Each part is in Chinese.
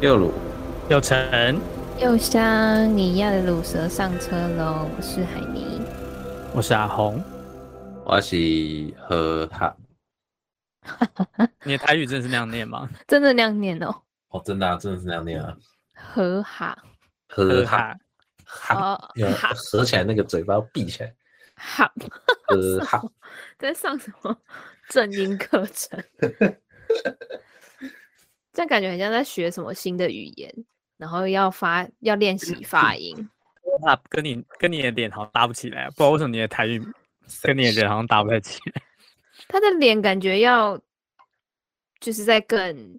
右乳，右城，又香，你要的乳蛇上车喽！我是海尼，我是阿红。我是和哈。你的台语真的是那样念吗？真的那样念哦，哦，真的、啊，真的是那样念啊。和哈和哈哈，哈，哦要哈合起来那个嘴巴要闭起来。哈，和哈，在上什么正音课程？这样感觉很像在学什么新的语言，然后要发要练习发音。那跟你跟你的脸好像搭不起来，啊不知道为什么你的台语跟你的脸好像搭不太起来。他的脸感觉要就是在更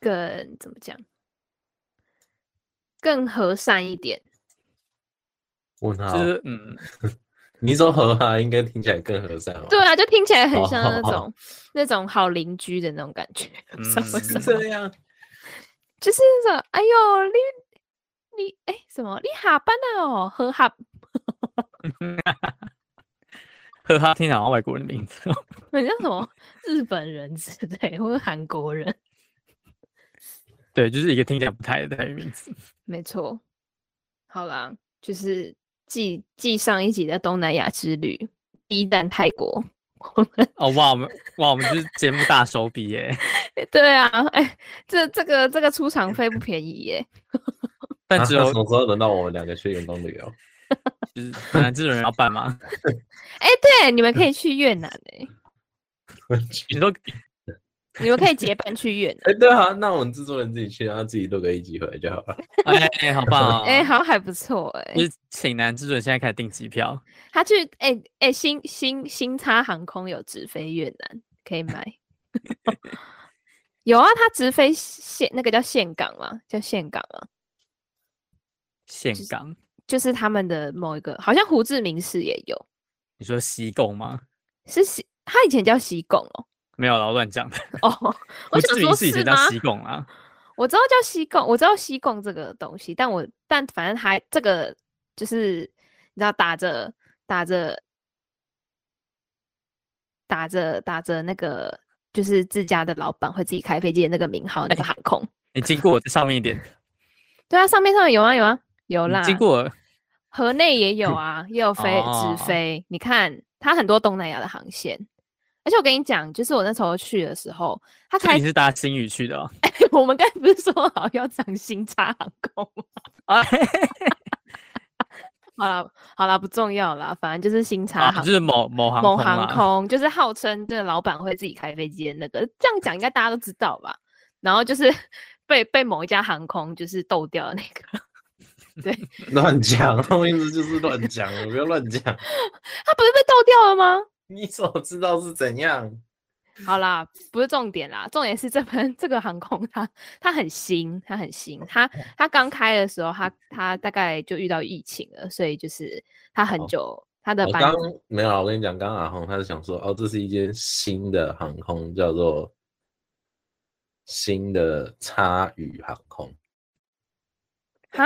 更怎么讲，更和善一点。问啊号就，是嗯，你说和哈应该听起来更和善哦。对啊，就听起来很像那哦种、那种好邻居的那种感觉，不知道为嗯什是么这样。就是那种哎呦你你哎什么你下班了哦，喝哈呵哈，听起来好像外国人的名字哦。 很像什 么日本人之类，或者韩国人，对，就是一个听起来不太的台语名 字。没错。好啦，就是继继上一集的东南亚之旅，第一站泰国，我们哦哇，我们哇，我们就是节目大手笔耶！ 对啊，哎，这这个这个出场费不便宜耶， 但只有啊那什么时候轮到我们两个去员工旅游？就是本来这种人要办 嘛。哎，对，你们可以去越南哎，你说你们可以结伴去 越南。 哎、对啊，那我们制作人自己去，然后自己录个一集回来就 好了。 哎，好棒哦！ 哎、好像还不错哎、就是请男制作人现在开始订机票。他去哎哎、新新新叉航空有直飞越南，可以买。 有啊，他直飞现那个叫岘港嘛，叫岘港啊，岘港，就是他们的某一个，好像胡志明市也有，你说西贡吗？是西，他以前叫西贡哦。 没有啦，我乱讲的。哦，我我想自己说是以是前叫啊吗？西贡啦。我知道叫西贡，我知道西贡这个东西，但我但反正还这个就是你知道打着打着打着打着那个就是自家的老板会自己开飞机的那个名号哎那个航空，你经过我这上面一点，对啊，上面上面有啊有啊有你啦，经过我河内也有啊，也有飞哦直飞。你看，它很多东南亚的航线，而且我跟你讲，就是我那时候去的时候， 它所以开你是搭新宇去的哦。我们刚才不是说好要讲新叉航空吗？哦 啊，好啦，好啦，不重要啦，反正就是新叉啊航、就是某某航某空航啦。空，就是号称这个老板会自己开飞机的那个，这样讲应该大家都知道吧？然后就是 被被某一家航空就是斗掉的那个， 乱讲，我意思就是乱讲，不要乱讲。他不是被斗掉了吗？你怎么知道是怎样？好啦，不是重点啦，重点是这班这个航空它它很新，它很新，它它刚开的时候，它它大概就遇到疫情了，所以就是它很哦久它的我班刚没有啊，我跟你讲，刚刚阿红他是想说，哦，这是一间新的航空，叫做新的叉宇航空。哈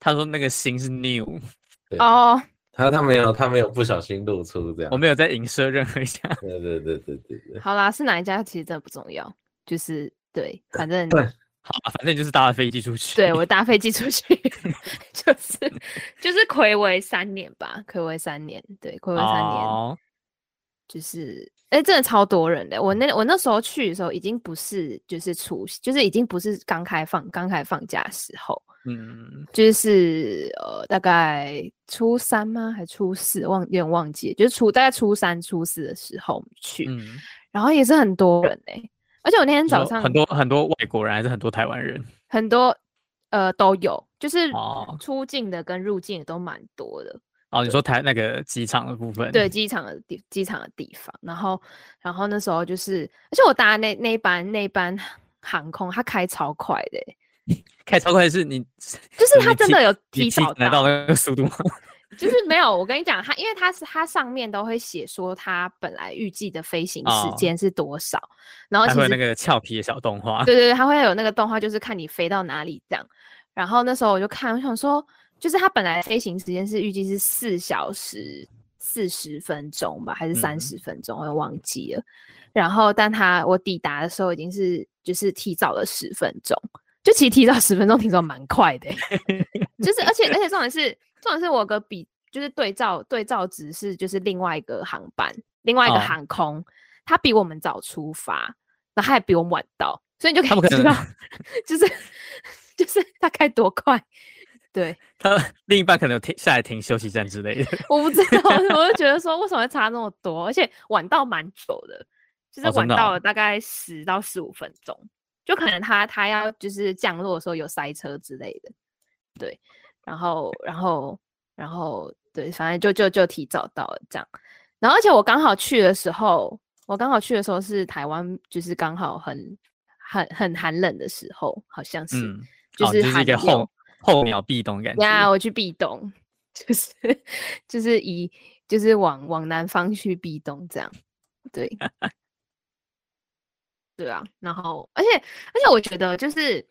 他说那个新是 new，对，哦，他他没有他没有不小心露出这样我。没有在影射任何一家。 对对对对对对。好啦，是哪一家其实真的不重要，就是对，反正对好吧，反正就是搭了飞机出去。对我搭飞机出去， 就是就是暌违三年吧，暌违三年，对，暌违三年，哦，就是，哎、真的超多人的。我那我那时候去的时候，已经不是就是除夕，就是已经不是刚开放刚开放假的时候，嗯，就是呃大概初三吗？还初四？忘有点忘记了，就是初大概初三初四的时候我们去，嗯，然后也是很多人哎、而且我那天你早说上很多很多外国人还是很多台湾人很多呃都有，就是哦出境的跟入境的都蛮多的。哦。你说台那个机场的部分，对，机场的地机场的地方。然后，然后那时候就是，而且我搭那那一班那一班 航空，它开超快的欸、开超快的是你，就就是它真的有提提早来到到那个速度吗？就是没有。我跟你讲，它因为它是它上面都会写说它本来预计的飞行时哦间是多少，然后还其会有实那个俏皮的小动画。对对对，它会有那个动画，就是看你飞到哪里这样。然后那时候我就看，我想说，就是它本来飞行时间是预计是四小时四十分钟吧，还是嗯三十分钟，我有忘记了。然后，但他我抵达的时候已经是就是提早了十分钟，就其实提早十分钟，提早蛮 快的欸、就是而且而且重点是重点是我有个比就是对照对照值是就是另外一个航班，另外一个哦航空，他比我们早出发，然后他也比我们晚到，所以你就他可以们可知能道， 就是就是大概多快。 对，他另一半可能有停下来停休息站之类的，我不知道， 我就觉得说为什么会差那么多，而且晚到蛮久的，就是哦真晚的到哦了大概十到十五分钟，就可能他他要就是降落的时候有塞车之类的，对，然后然后然后对，反正就就就提早到了这样，然后而且我刚好去的时候，我刚好去的时候是台湾，就是刚好很很很寒冷的时候，好像是，嗯，就哦是就是一寒个流候候鸟壁咚的感呀，觉。我去壁咚， 就是就是以就是往往南方去壁咚这样，对，对啊。然后，而且而且我觉得就是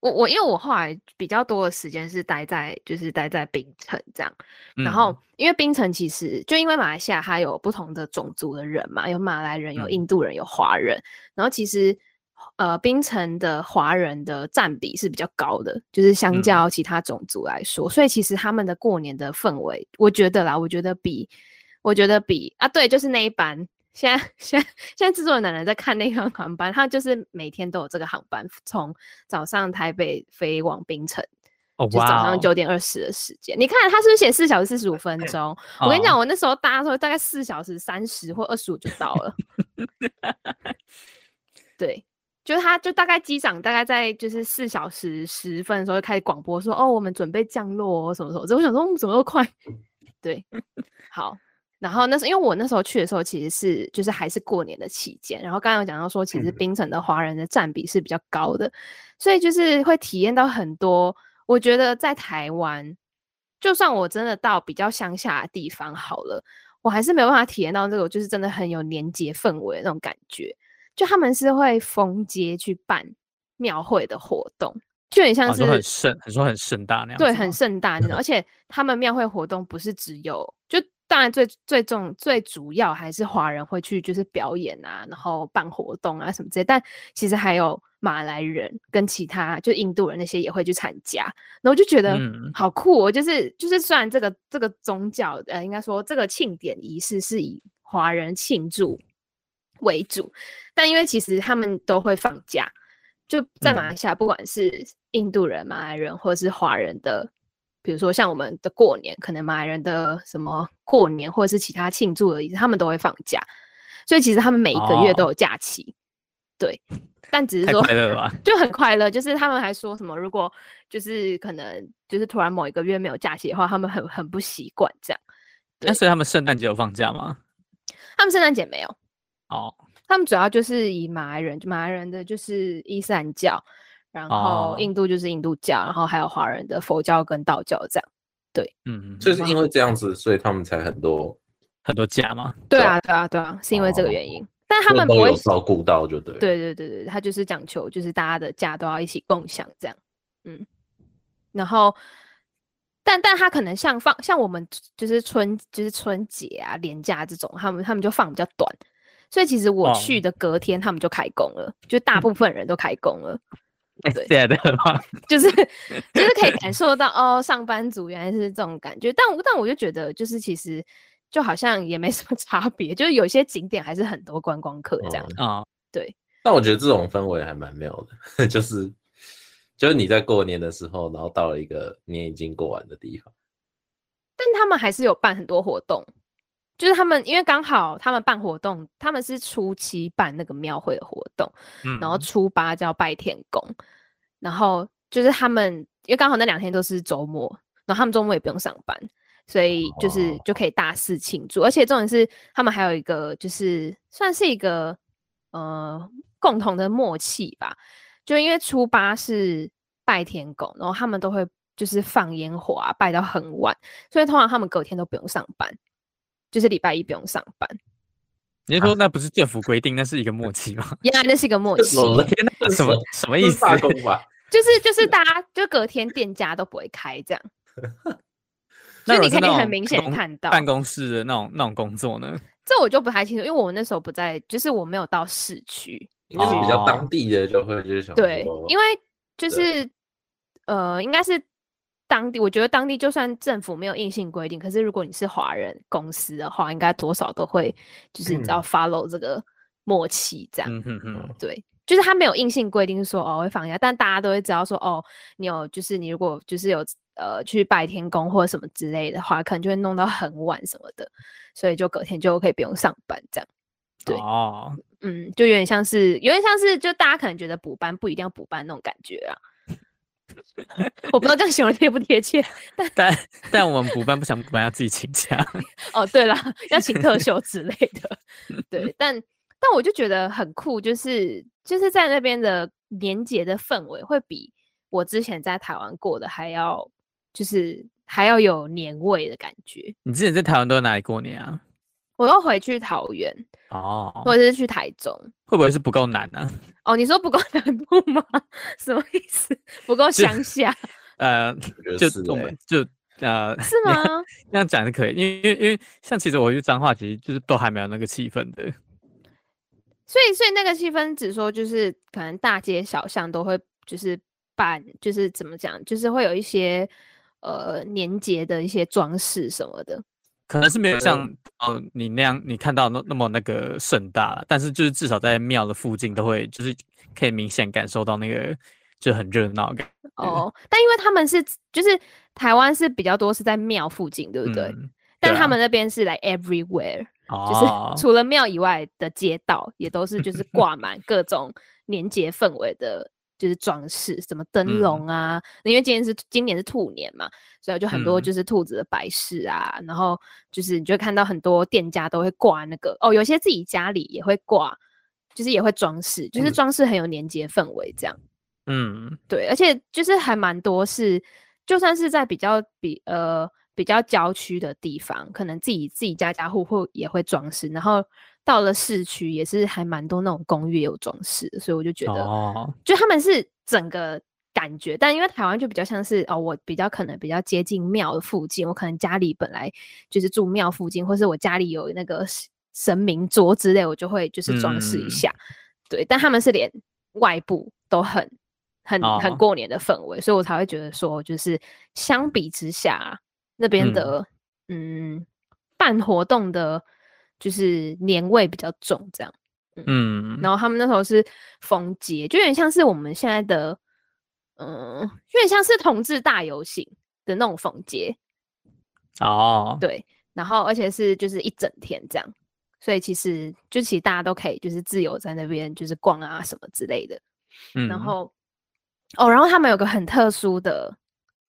我我因为我后来比较多的时间是待在就是待在槟城这样，然嗯后，因为槟城其实就因为马来西亚它有不同的种族的人嘛，有马来人、有嗯印度人、有华人，然后其实呃，槟城的华人的占比是比较高的，就是相嗯较其他种族来说，所以其实他们的过年的氛围，我觉得啦，我觉得比我觉得比啊，对，就是那一班。现在现在现在制作人奶奶在看那个航班，他就是每天都有这个航班，从早上台北飞往槟城，哦就哇哦，是早上九点二十的时间。你看他是不是写四小时四十五分钟？我哦跟你讲，我那时候搭的时候大概四小时三十或二十五就到了。 对，就是他就大概机长大概在就是四小时十分的时候就开始广播说：“哦，我们准备降落哦，什么什么。”我想说，嗯怎么那么快？对， 好。然后那时候，因为我那时候去的时候，其实是就是还是过年的期间。然后刚刚有讲到说，其实槟城的华人的占比是比较高的，所以就是会体验到很多。我觉得在台湾，就算我真的到比较乡下的地方好了，我还是没有办法体验到这种就是真的很有年节氛围的那种感觉。就他们是会逢节去办庙会的活动，就很像哦是、你说很盛，很说很盛大那样子吗，哦对，很盛大那种。而且他们庙会活动不是只有，就当然最最重最主要还是华人会去，就是表演啊，然后办活动啊什么之类。但其实还有马来人跟其他就印度人那些也会去参加。然后我就觉得嗯好酷哦，就是就是虽然这个这个宗教呃，应该说这个庆典仪式是以华人庆祝为主，但因为其实他们都会放假，就在马嗯来西亚，不管是印度人、马来人或者是华人的，比如说像我们的过年，可能马来人的什么过年或者是其他庆祝的仪式，他们都会放假，所以其实他们每一个月都有假期，对，但只是哦太说快乐了吧？就很快乐，就是他们还说什么，如果就是可能就是突然某一个月没有假期的话，他们很很不习惯这样。那所以他们圣诞节有放假吗？他们圣诞节没有，哦，他们主要就是以马来人，马来人的就是伊斯兰教，然后哦印度就是印度教，然后还有华人的佛教跟道教这样。嗯，就是因为这样子，所以他们才很多很多假吗？对对啊，对啊，对啊，是因为这个哦原因，但他们不都会有照顾到，就对了。对对对对，他就是讲求就是大家的假都要一起共享这样，嗯，然后，但但他可能像放像我们就是春就是春节啊年假这种，他们他们就放比较短，所以其实我哦去的隔天他们就开工了，就大部分人都开工了， 对对的吗？就是就是可以感受到哦，上班族原来是这种感觉，但我但我就觉得就是其实就好像也没什么 差别，就是有些景点还是很多观光客这样，嗯啊，但我觉得这种氛围还蛮妙的， 就是就是你在过年的时候，然后到了一个年已经过完的地方，但他们还是有办很多活动，就是他们因为刚好他们办活动，他们是初七办那个庙会的活动，嗯，然后初八叫拜天公，然后就是他们因为刚好那两天都是周末，然后他们周末也不用上班，所以就是哦就可以大肆庆祝，而且重点是他们还有一个就是算是一个呃共同的默契吧，就因为初八是拜天公，然后他们都会就是放烟火啊，拜到很晚，所以通常他们隔天都不用上班，就是礼拜一不用上班，你是说那不是政府规定，那是一个默契吗？原来那是一个默这契什。么天哪， 什么什么这意是思？罢工吧？就是就是大家就隔天店家都不会开这样，那所以如果是你可以那种很明显公看到啊办公室的那种那种工作呢？这我就不太清楚，因为我那时候不在，就是我没有到市区。应该是比较哦当地的就会就是想对，因为为就是呃，应该是当地，我觉得当地就算政府没有硬性规定，可是如果你是华人公司的话，应该多少都会就是你知道 follow 这个默契这样。嗯哼哼，对，就是他没有硬性规定说哦会放假，但大家都会知道说哦，你有就是你如果就是有呃去拜天公或者什么之类的话，可能就会弄到很晚什么的，所以就隔天就可以不用上班这样。对哦，嗯，就有点像是有点像是就大家可能觉得补班不一定要补班那种感觉啊。 我不知道这样形容贴不贴切但但我们补办不想补办，要自己请假。 哦。对啦， 要请特休之类的。对，但但我就觉得很酷，就是就是在那边的年节的氛围会比我之前在台湾过的还要，就是还要有年味的感觉。你之前在台湾都在哪里过年啊？我又回去桃园，哦，或者是去台中。会不会是不够难啊？哦，你说不够南部吗？ 什么意思？不够就乡下呃，我觉就得是我欸们就呃，是吗？那样讲是可以，因为因为因为像其实我去彰化，其实就是都还没有那个气氛的。所以，所以那个气氛只说就是可能大街小巷都会就是办，就是怎么讲，就是会有一些呃年节的一些装饰什么的。可能是没有像哦你那样你看到那那么那个盛大啦，但是就是至少在庙的附近都会，就是可以明显感受到那个就很热闹感。哦，但因为他们是就是台湾是比较多是在庙附近，对不对？嗯，但对他啊们那边是来 everywhere，、哦，就是除了庙以外的街道也都是就是挂 满各种年节氛围的。就是装饰，什么灯嗯笼啊，因为今年是今年是兔年嘛，所以就很多嗯就是兔子的摆饰啊，然后就是你就会看到很多店家都会挂那个哦，有些自己家里也会挂，就是也会装饰，就是嗯装饰很有年节氛围这样。嗯，对，而且就是还蛮多是，就算是在比较比呃比较郊区的地方，可能自己自己家家户户也会装饰，然后到了市区也是还蛮多那种公寓也有装饰的，所以我就 觉得，哦，就他们是整个感觉，但因为台湾就比较像是哦，我比较可能比较接近庙的附近，我可能家里本来就是住庙附近，或是我家里有那个神神明桌之类，我就会就是装饰一嗯下。对，但他们是连外部都很很很哦过年的氛围，所以我才会觉得说，就是相比之下啊那边嗯的嗯办活动的，就是年味比较重这样。嗯，然后他们那时候是封街，就有点像是我们现在的，嗯，有点像是同志大游行的那种封街，哦，对。然后而且是就是一整天这样，所以其实就其实大家都可以就是自由在那边就是逛啊什么之类的。嗯，然后哦，然后他们有个很特殊的，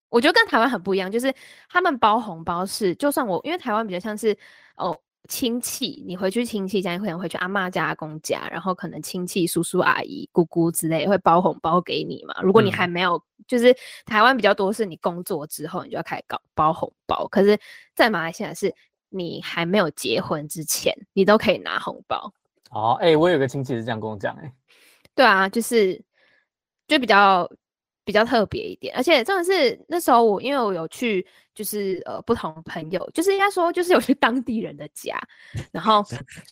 我觉得跟台湾很不一样，就是他们包红包是，就算我因为台湾比较像是哦亲戚，你回去亲戚家，你可能回去阿嬷家、阿公家，然后可能亲戚、叔叔、阿姨、姑姑之类会包红包给你嘛。如果你还没有，就是台湾比较多是你工作之后你就要开始搞包红包，可是，在马来西亚是。你还没有结婚之前，你都可以拿红包。哦，哎、我有个亲戚是这样跟我讲、哎，对啊，就是就比较比较特别一点，而且真的是那时候我因为我有去就是呃不同朋友，就是应该说就是有去当地人的家，然后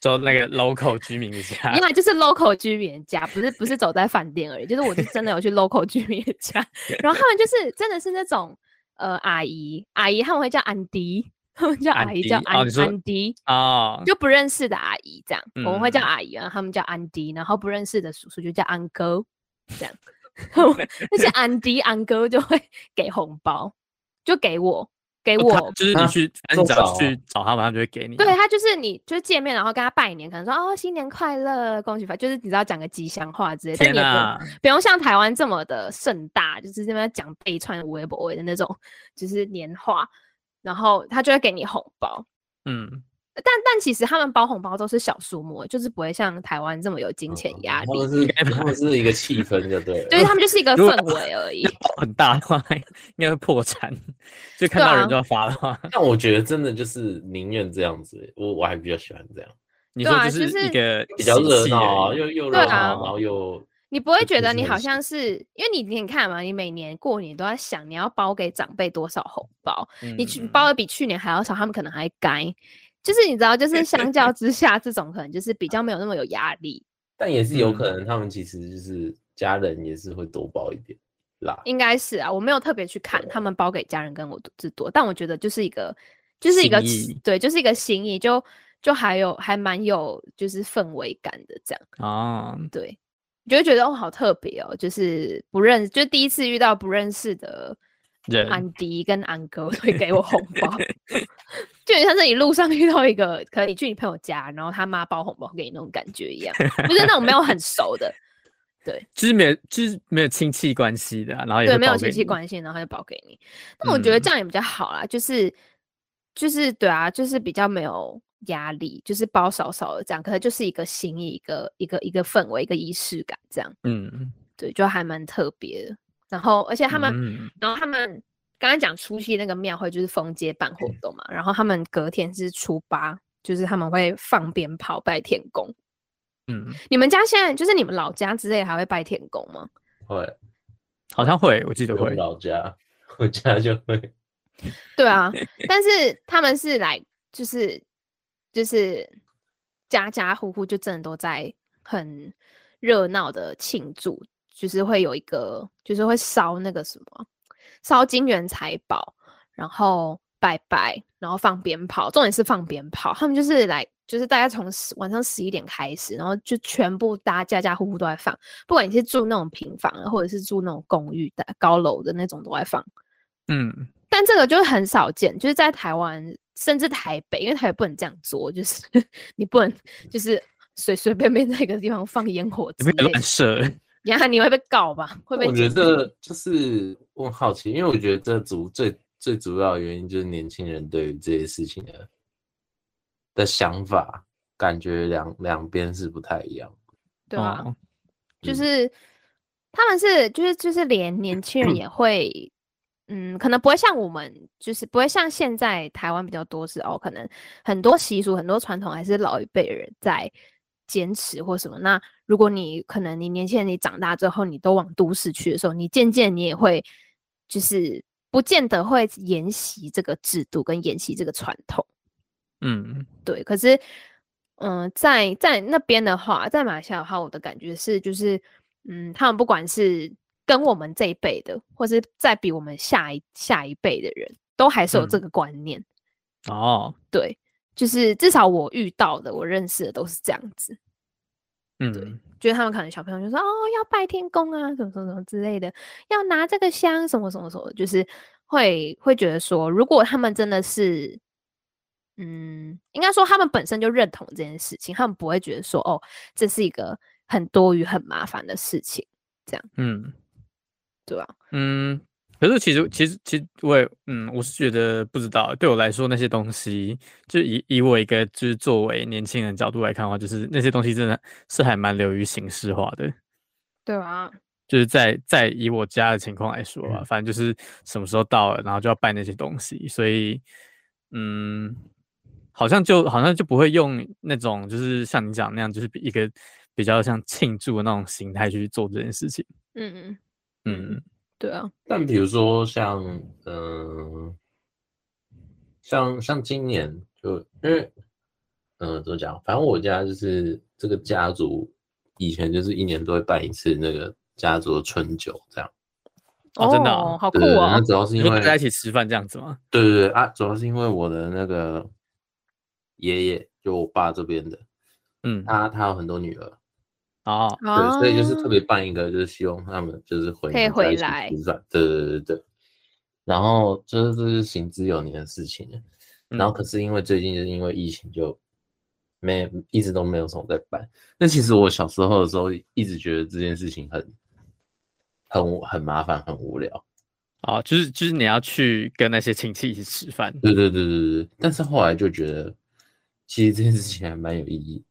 说那个 local 居民一下另，外就是 local 居民的家，不是不是走在饭店而已，就是我是真的有去 local 居民的 家，然后他们就是真的是那种呃阿姨阿姨，他们会叫安迪，他们叫安阿姨叫迪哦安你说安迪，哦，就不认识的阿姨这样，我们会叫嗯阿姨，然后他们叫安迪，然后不认识的叔叔就叫安哥，这样， 我们 那些安迪安哥就会 给红包，就给我给哦就他我，就是啊你去，反正你只这么要早去找他们，他们就会给你。啊对他就是你就见面，然后跟他拜年，可能说哦新年快乐，恭喜发，就是你知道讲个吉祥话之类，但天啊你也不用哪，不用像台湾这么的盛大，就是这边讲背串微博的那种， 就是年话，然后他就会给你红包，嗯，但但其实他们包红包都是小数目，就是不会像台湾这么有金钱压力，哦嗯他们是 他们是一个气氛，就对了。啊就是他们就是 一个如果氛围而已要。很大的话， 应该会破产。就看对到啊人就要发的话， 但我觉得真的就是宁愿这样子，我我还比较喜欢这样，你对说啊就就是是一个比较喜热气闹啊，而已又又热对闹，啊然后又你不会这觉就得是你很好少像是因为你你看嘛，你每年过年都在想你要包给长辈多少红包，你去嗯包的比去年还要少，他们可能还该。就是你知道，就是相较之下，这种可能就是比较没有那么有压力，但也是有嗯可能他们其实就是家人也是会多包一点啦。应该是啊。我没有特别去看他们包给家人跟我之多，但我觉得就是一个，就是一个心意对，就是一个心意，就就还有还蛮有就是氛围感的这样。啊，对，你就会觉得哦，好特别哦，就是不认，就第一次遇到不认识的人安迪跟 安哥会给我红包， 就很像是你路上遇到一个可以去你朋友家，然后他妈包红包给你那种感觉一样，就是那种没有很熟的，就是没有就是没有亲戚关系的啊、然后也对，会没有包亲给戚你嗯关系，然后就包给你。那我觉得这样也比较好啦，就是就是对啊，就是比较没有压力，就是包少少的这样，可能就是一个心意，一个一个一个氛围，一个仪式感这样。嗯，对，就还蛮特别的。然后，而且他们，嗯然后他们刚才讲除夕那个庙会就是封街办活嗯动嘛，然后他们隔天是初八，就是他们会放鞭炮拜天公。嗯，你们家现在就是你们老家之类还会拜天公吗？会，好像会，我记得我会们，老家，我家就会对啊，但是他们是来就是就是家家户户就真的都在很热闹的庆祝，就是会有一个就是会烧那个什么烧金元财宝，然后拜拜，然后放鞭炮，重点是放鞭炮，他们就是来。就是大家从十晚上十一点开始，然后就全部大家家家户户都在放，不管你是住那种平房啊，或者是住那种公寓的高楼的那种都在放。嗯，但这个就是很少见，就是在台湾甚至台北，因为台北不能这样做，就是 你不嗯能就是随随便便在一个地方放烟火你之不类可以乱的，射，然后你会被告吧？会被我觉警察得就是我很好奇，因为我觉得这主最最主要的原因就是年轻人对于这些事情的的想法，感觉两两边是不太一样。对啊，哦就嗯是他们是就是就是连年轻人也会，嗯，可能不会像我们，就是不会像现在台湾比较多是哦，可能很多习俗、很多传统还是老一辈人在坚持或什么。那如果你可能你年轻人你长大之后，你都往都市去的时候，你渐渐你也会就是不见得会沿袭这个制度跟沿袭这个传统。嗯对，可是，嗯、在在那边的话，在马来西亚的话，我的感觉是，就是，嗯，他们不管是跟我们这一辈的，或是再比我们下一下一辈的人，都还是有这嗯个观念。哦对，就是至少我遇到的，我认识的都是这样子。嗯就是他们可能小朋友就说哦要拜天公啊，什么什么什么之类的，要拿这个香什么什么什么，就是会会觉得说，如果他们真的是，嗯，应该说他们本身就认同这件事情，他们不会觉得说哦这是一个很多余很麻烦的事情，嗯对啊吧？嗯，可是其实其实其实我也嗯，我是觉得不知道，对我来说那些东西，就以以我一个就是作为年轻人角度来看的话，就是那些东西真的是还蛮流于形式化的，对啊，就是在在以我家的情况来说嗯吧，反正就是什么时候到了，然后就要办那些东西，所以嗯，好像就好像就不会用那种就是像你讲那样，就是一个比较像庆祝的那种形态去做这件事情。嗯嗯，嗯对啊，但比如说像，嗯、像像今年就因为，嗯、怎么讲？反正我家就是这个家族，以前就是一年都会办一次那个家族的春酒，这样。哦真的啊好酷对对对那哦，主要是 你因说为大家一起吃饭这样子吗？对对对啊，主要是因为我的那个爷爷，就我爸这边的，嗯，他他有很多女儿，哦，对，所以就是特哦别办一个，就是希望他们就是回可以娘家回一起来吃饭，对对对对。然后就是这是行之有年的事情了，嗯然后嗯可是因为最近就是因为疫情就没一直都没有什么在办。那其实我小时候的时候一直觉得这件事情很很无很麻烦很无聊，哦，就是就是你要去跟那些亲戚一起吃饭，对对对对对。但是后来就觉得其实这件事情还蛮有意义，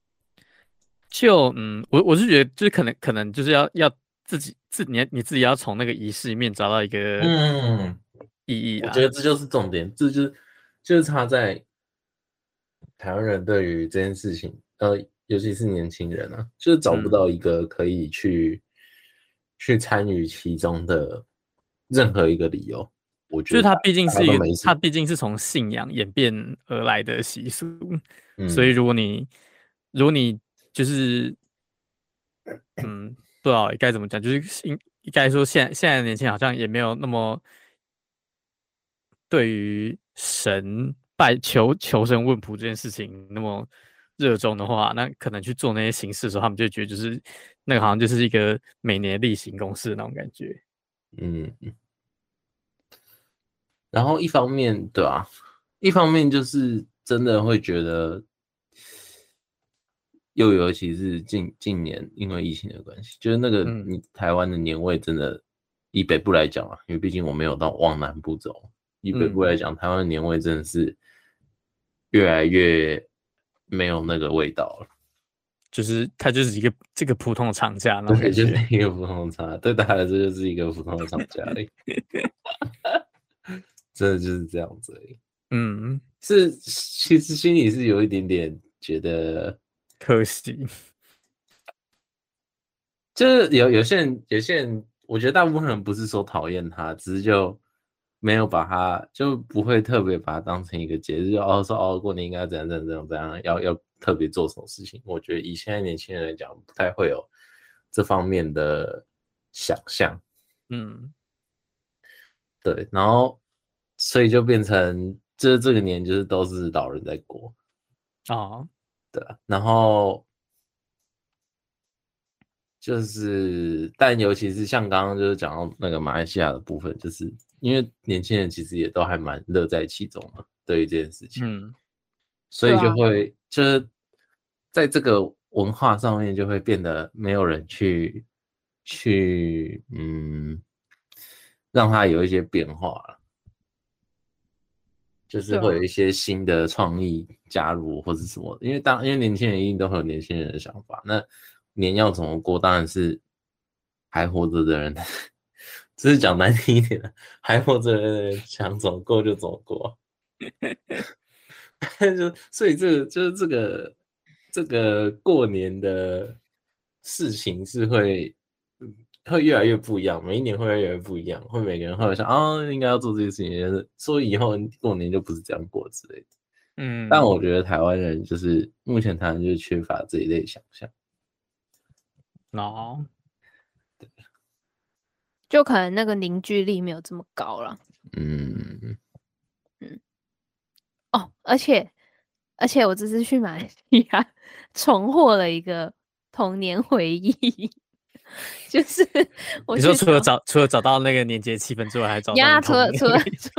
就嗯，我我是觉得就是可能可能就是要要自己自你你自己要从那个仪式里面找到一个嗯。意义我啦。觉得这就是重点，这就是就是差在台湾人对于这件事情，呃，尤其是年轻人啊，就是找不嗯到一个可以去、去参与其中的任何一个理由，我觉就得是它毕竟大家是一都个没，事它毕竟是从信仰演变而来的习俗，嗯所以如果你如果你就是，嗯，不知道该怎么讲，就是应应该说现现在的年轻人好像也没有那么对于神拜求求神问卜这件事情那么热衷的话，那可能去做那些形式的时候，他们就觉得就是那个好像就是一个每年例行公事的那种感觉。嗯，嗯，然后一方面，对啊，一方面就是真的会觉得，又尤其是近近年因为疫情的关系，就是那个嗯你台湾的年味真的，以北部来讲啊，因为毕竟我没有到往南部走，以北部嗯来讲，台湾的年味真的是越来越没有那个味道了。就是它就是一个这个普通的长假那种对，感就是觉。一个普通的厂，对他来说就是一个普通的厂家而已，真的就是这样子而已。嗯，是，其实心里是有一点点觉得，可惜。就是有有些人，有些人，我觉得大部分人不是说讨厌他，只是就没有把他就不会特别把它当成一个节日，就哦说哦过年应该怎样怎样怎样怎样，要要特别做什么事情。我觉得以现在年轻人来讲，不太会有这方面的想象。嗯，对，然后所以就变成这这个年就是都是老人在过，哦，对啊，然后就是但尤其是像刚刚就是讲到那个马来西亚的部分，就是因为年轻人其实也都还蛮乐在其中嘛，对于这件事情，嗯，所以对就啊会、就是在这个文化上面就会变得没有人去去嗯，让它有一些变化了，就是对会有啊一些新的创意加入或是什么，因为当因为年轻人一定都会有年轻人的想法，那年要怎么过，当然是还活着的人。 只是讲难听一点的，还活着的人想怎么过就怎么过啊、 就所以这个就是这个这个过年的事情是会嗯会越来越不一样，每一年会越来越不一样，会每个人会想啊、应该要做这些事情，就是说以后过年就不是这样过之类的。嗯，但我觉得台湾人就是目前台湾就是缺乏这一类想象，哦，就可能那个凝聚力没有这么高了。嗯，哦，而且而且我这次去马来西亚重获了一个童年回忆， 就是我你说去除了找找除了找到那个年节气氛之外，还找到呀，你除童了年除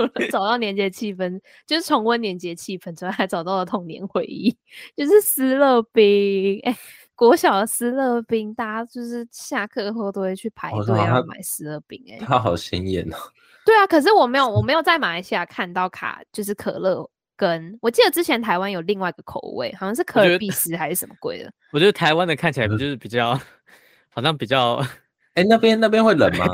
了除了找到年节气氛，就是重温年节气氛之外，还找到了童年回忆， 就是斯乐冰，哎、国小的斯乐冰，大家就是下课后都会去排哦我知队道要它买斯乐冰、哎，他好显眼哦，对啊，可是我没有，我没有在马来西亚看到卡，就是可乐跟我记得之前台湾有另外一个口味，好像是可觉尔得必斯还是什么鬼的。 我觉得台湾的看起来就是比较，好像比较，哎、那边那边会冷吗？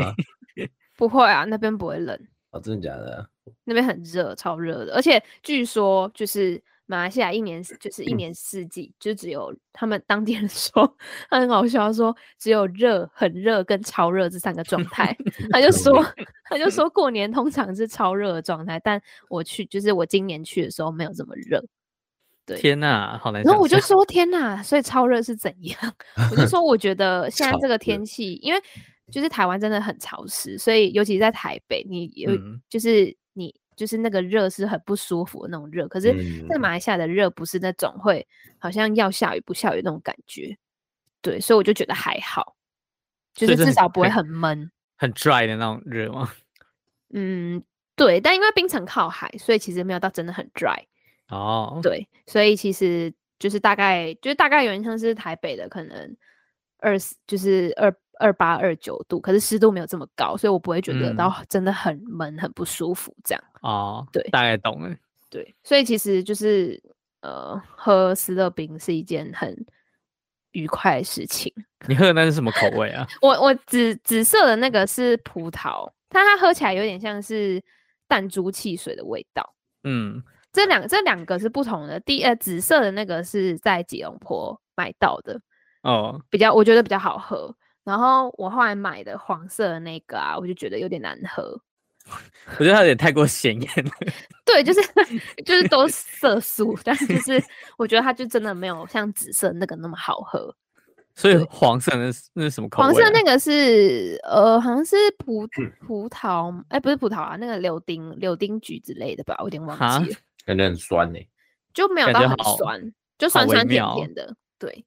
不会啊，那边不会冷，哦，真的假的？那边很热，超热的。而且据说就是马来西亚一年就是嗯一年四季，就只有他们当地人 说，他很好笑，他说只有热、很热跟超热这三个状 态。他就说他就说过年通常是超热的状态，但我去就是我今年去的时候没有这么热。对天哪，好难想象。然后我就说天呐，所以超热是怎样？ 我就说我觉 得现在超这个热天气，因为就是台湾真的很潮湿，所以尤其在台北，你 有、嗯就是你就是那个热是很不舒服的那种热，可是，在嗯马来西亚的热不是那种会好像要下雨不下雨那种感觉，对，所以我就觉得还好，就所是以是至很少不会很很闷。很 dry 的那种热吗？嗯，对，但因为槟城靠海，所以其实没有到真的很 dry。哦，对，所以其实就是大概就是大概有点像是台北的可能二十就是二二八二九度，可是湿度没有这么高，所以我不会觉得嗯到真的很闷很不舒服这样。哦，对大概懂了。对，所以其实就是呃，喝斯乐冰是一件很愉快的事情。你喝的那是什么口味啊？我我紫紫色的那个是葡萄，但它喝起来有点像是弹珠汽水的味道。嗯，这两这两个是不同的。第呃，紫色的那个是在吉隆坡买到的，哦，比较我觉得比较好喝。然然后我后来买的黄色的那个啊，我就觉得有点难喝。我觉得它有点太过显眼了。 对，就是 就是都是色素，但是就是我觉得它就真的没有像紫色那个那么好喝。所以黄色那是那是什么口味、啊？嗯黄色那个是呃，好像是葡葡萄，哎、不是葡萄啊，那个柳丁、柳丁橘之类的吧，我有点忘哈记了，感觉很酸呢、欸。就没有感到觉很好酸，就好酸微酸甜妙哦甜的。对，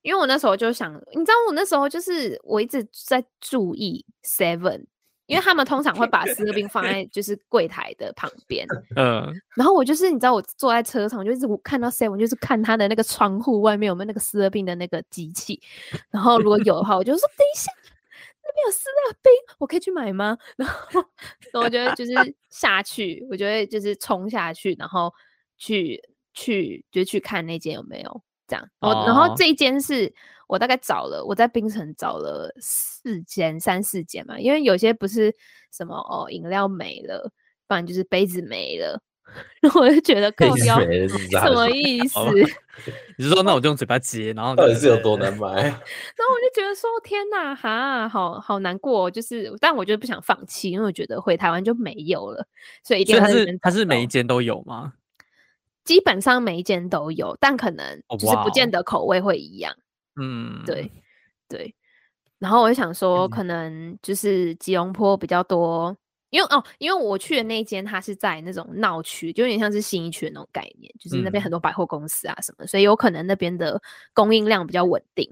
因为我那时候就想，你知道我那时候就是我一直在注意 Seven，因为他们通常会把斯乐冰放在就是柜台的旁边，嗯，然后我就是你知道，我坐在车上，我就一直我看到 seven，就是看他的那个窗户外面有没有那个斯乐病的那个机器，然后如果有的话，我就说等一下，那边有斯乐冰，我可以去买吗？ 然后，然后我就会就是下去，我就会就是冲下去，然后去去就去看那间有没有这样。我、然哦后这一间是我大概找了，我在槟城找了四间、三四间嘛，因为有些不是什么哦饮料没了，不然就是杯子没了。然后我就觉得配 靠腰水是什啥么的？意思？好然后吧我你是说那我就用嘴巴接，然后到底是有多难买？就觉得说天呐，哈，好好难过哦、就是，但我就不想放弃，因为我觉得回台湾就没有了，所以一定所以要它在这是边它找是每一到间都有吗？基本上每一间都有，但可能哦就是哇不见哦得口味会一样。嗯，对，对。然后我就想说，可能就是吉隆坡比较多，因为哦，因为我去的那一间它是在那种闹区，就有点像是新一区的那种概念，就是那边嗯很多百货公司啊什么，所以有可能那边的供应量比较稳定，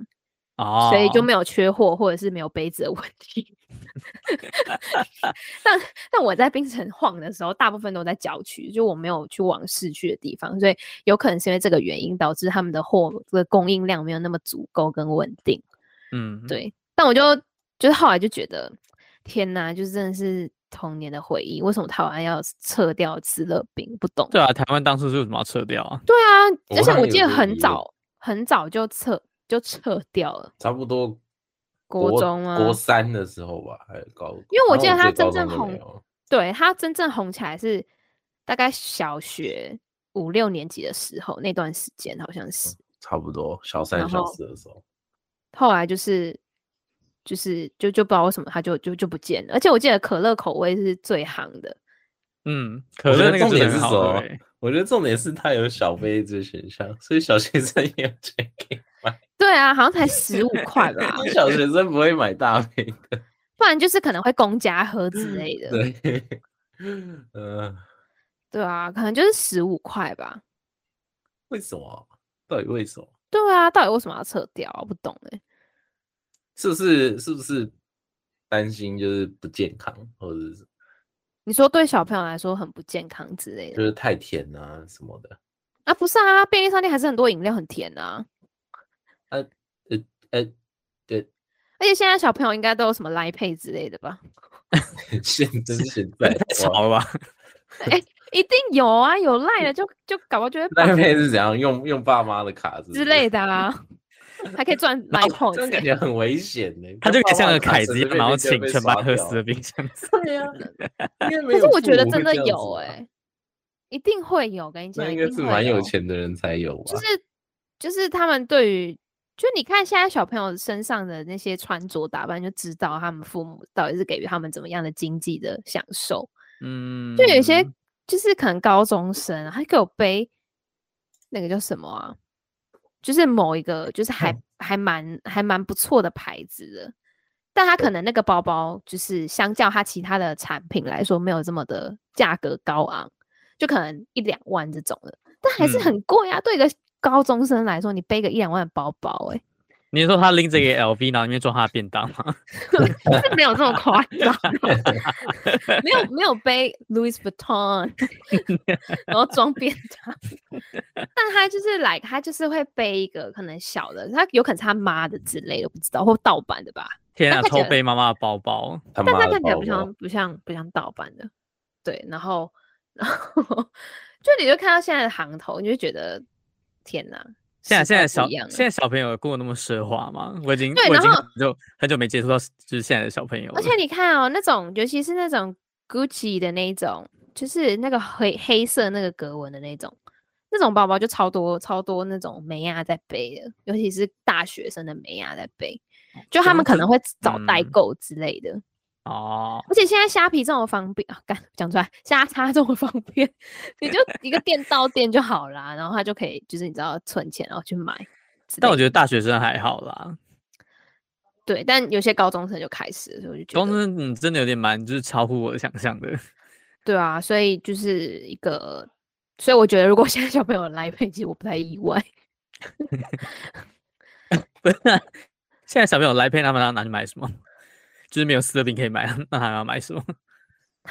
哦，所以就没有缺货或者是没有杯子的问题。 但但我在槟城晃的时候，大部分都在郊区，就我没有去往市区的地方，所以有可能是因为这个原因导致他们的货的供应量没有那么足够跟稳定。嗯，对，但我就就是后来就觉得，天呐，就是真的是童年的回忆，为什么台湾要撤掉吃乐饼？不懂。对啊，台湾当初是为什么要撤掉啊？对啊，我而且还我有记这得个疑很问早很早就撤就撤掉了，差不多国中啊国三的时候吧，还有高。因为我记得然后他我记真高正中就红没有了。对它真正红起来是大概小学五六年级的时候那段时间，好像是。差不多小三然小后四的时候，后来就是就是就就不知道为什么它就就就不见了，而且我记得可乐口味是最夯的。嗯，可我觉乐得那个重真的点很是好什喝么欸我觉得重点是它有小嗯杯子的选项，所以小学生也有钱给买。对啊，好像才十五块 吧因，为 小学生不会买大 杯的，不然就是可能会公家喝之类的。对， 呃，对啊，可能就是十五块吧。为什么？到底为什么？对啊，到底为什么要撤掉啊？不懂哎、是不是是不是担心就是不健康，或者是你说对小朋友来说很不健康之类就的是太甜啊什么的？啊？不是啊，便利商店还是很多饮料很甜啊。呃呃，对，而且现在小朋友应该都有什么来配之类的吧？ 现真是现在 太哇潮了吧？一定有啊，有赖的就就搞不好就会绑赖 配是怎样用用爸妈的卡是不之是类 的啊，还可以赚来哦这样 point 感欸。觉很危险呢、欸。它就有点像个凯子子一样，然后请全班喝死的冰箱。对呀、 因为没啊欸可是有我觉父得母真会的这样有子哎、吧，一定会有，跟你讲，那应一该定是会蛮有钱的人才有吧？哦就是就是他们对于，就你看现在小朋友身上的那些穿着打扮，就知道他们父母到底是给予他们怎么样的经济的享受。 嗯，就有一些就是可能高中生还给我背那个叫什么啊，就是某一个就是还嗯还蛮还蛮不错的牌子的，但他可能那个包包就是相较它其他的产品来说没有这么的价格高昂，就可能一两万这种的，但还是嗯很贵啊，对一个。高中生来说，你背个一两万的包包、欸，你是说他拎着一个 LV，然后里面装他的便当吗？ 是没有这么夸张啊， 没有没有背 Louis Vuitton，然后装便当，但他就是来，他就是会背一个可能小的，他有可能是他妈的之类的，不知道或盗版的吧，天那啊，看起偷来背妈妈的包包，他但妈他的看起来包不包哦像不像不像盗版的，对，然后然后 就你就看到现在的行头，你就觉得天哪，现在时现代在不小一样了现在小朋友有过那么奢华吗？我已经对我已然经后很久很久没接触到就是现在的小朋友了。而且你看哦，那种尤其是那种 Gucci 的那一种，就是那个黑黑色那个格纹的那种，那种包包就超多超多那种美亚在背的，尤其是大学生的美亚在背。就他们可能会找代嗯购之类的。哦，而且现在虾皮这么方便啊，干讲出来，虾叉 这么方便，你就一个店到店就好啦，然后他就可以就是你知道存钱然后去买之类的。但我觉得大学生还好啦，对，但有些高中生就开始了，所以我就觉高得中生嗯真的有点蛮就是超乎我的想象的。 对啊，所以就是一个，所以我觉得如果现 在小朋友来配，其实我不太意外。 不是，现在小朋友来配他们要拿去买什么？ 就是没有四合饼可以买，那还要买什么？他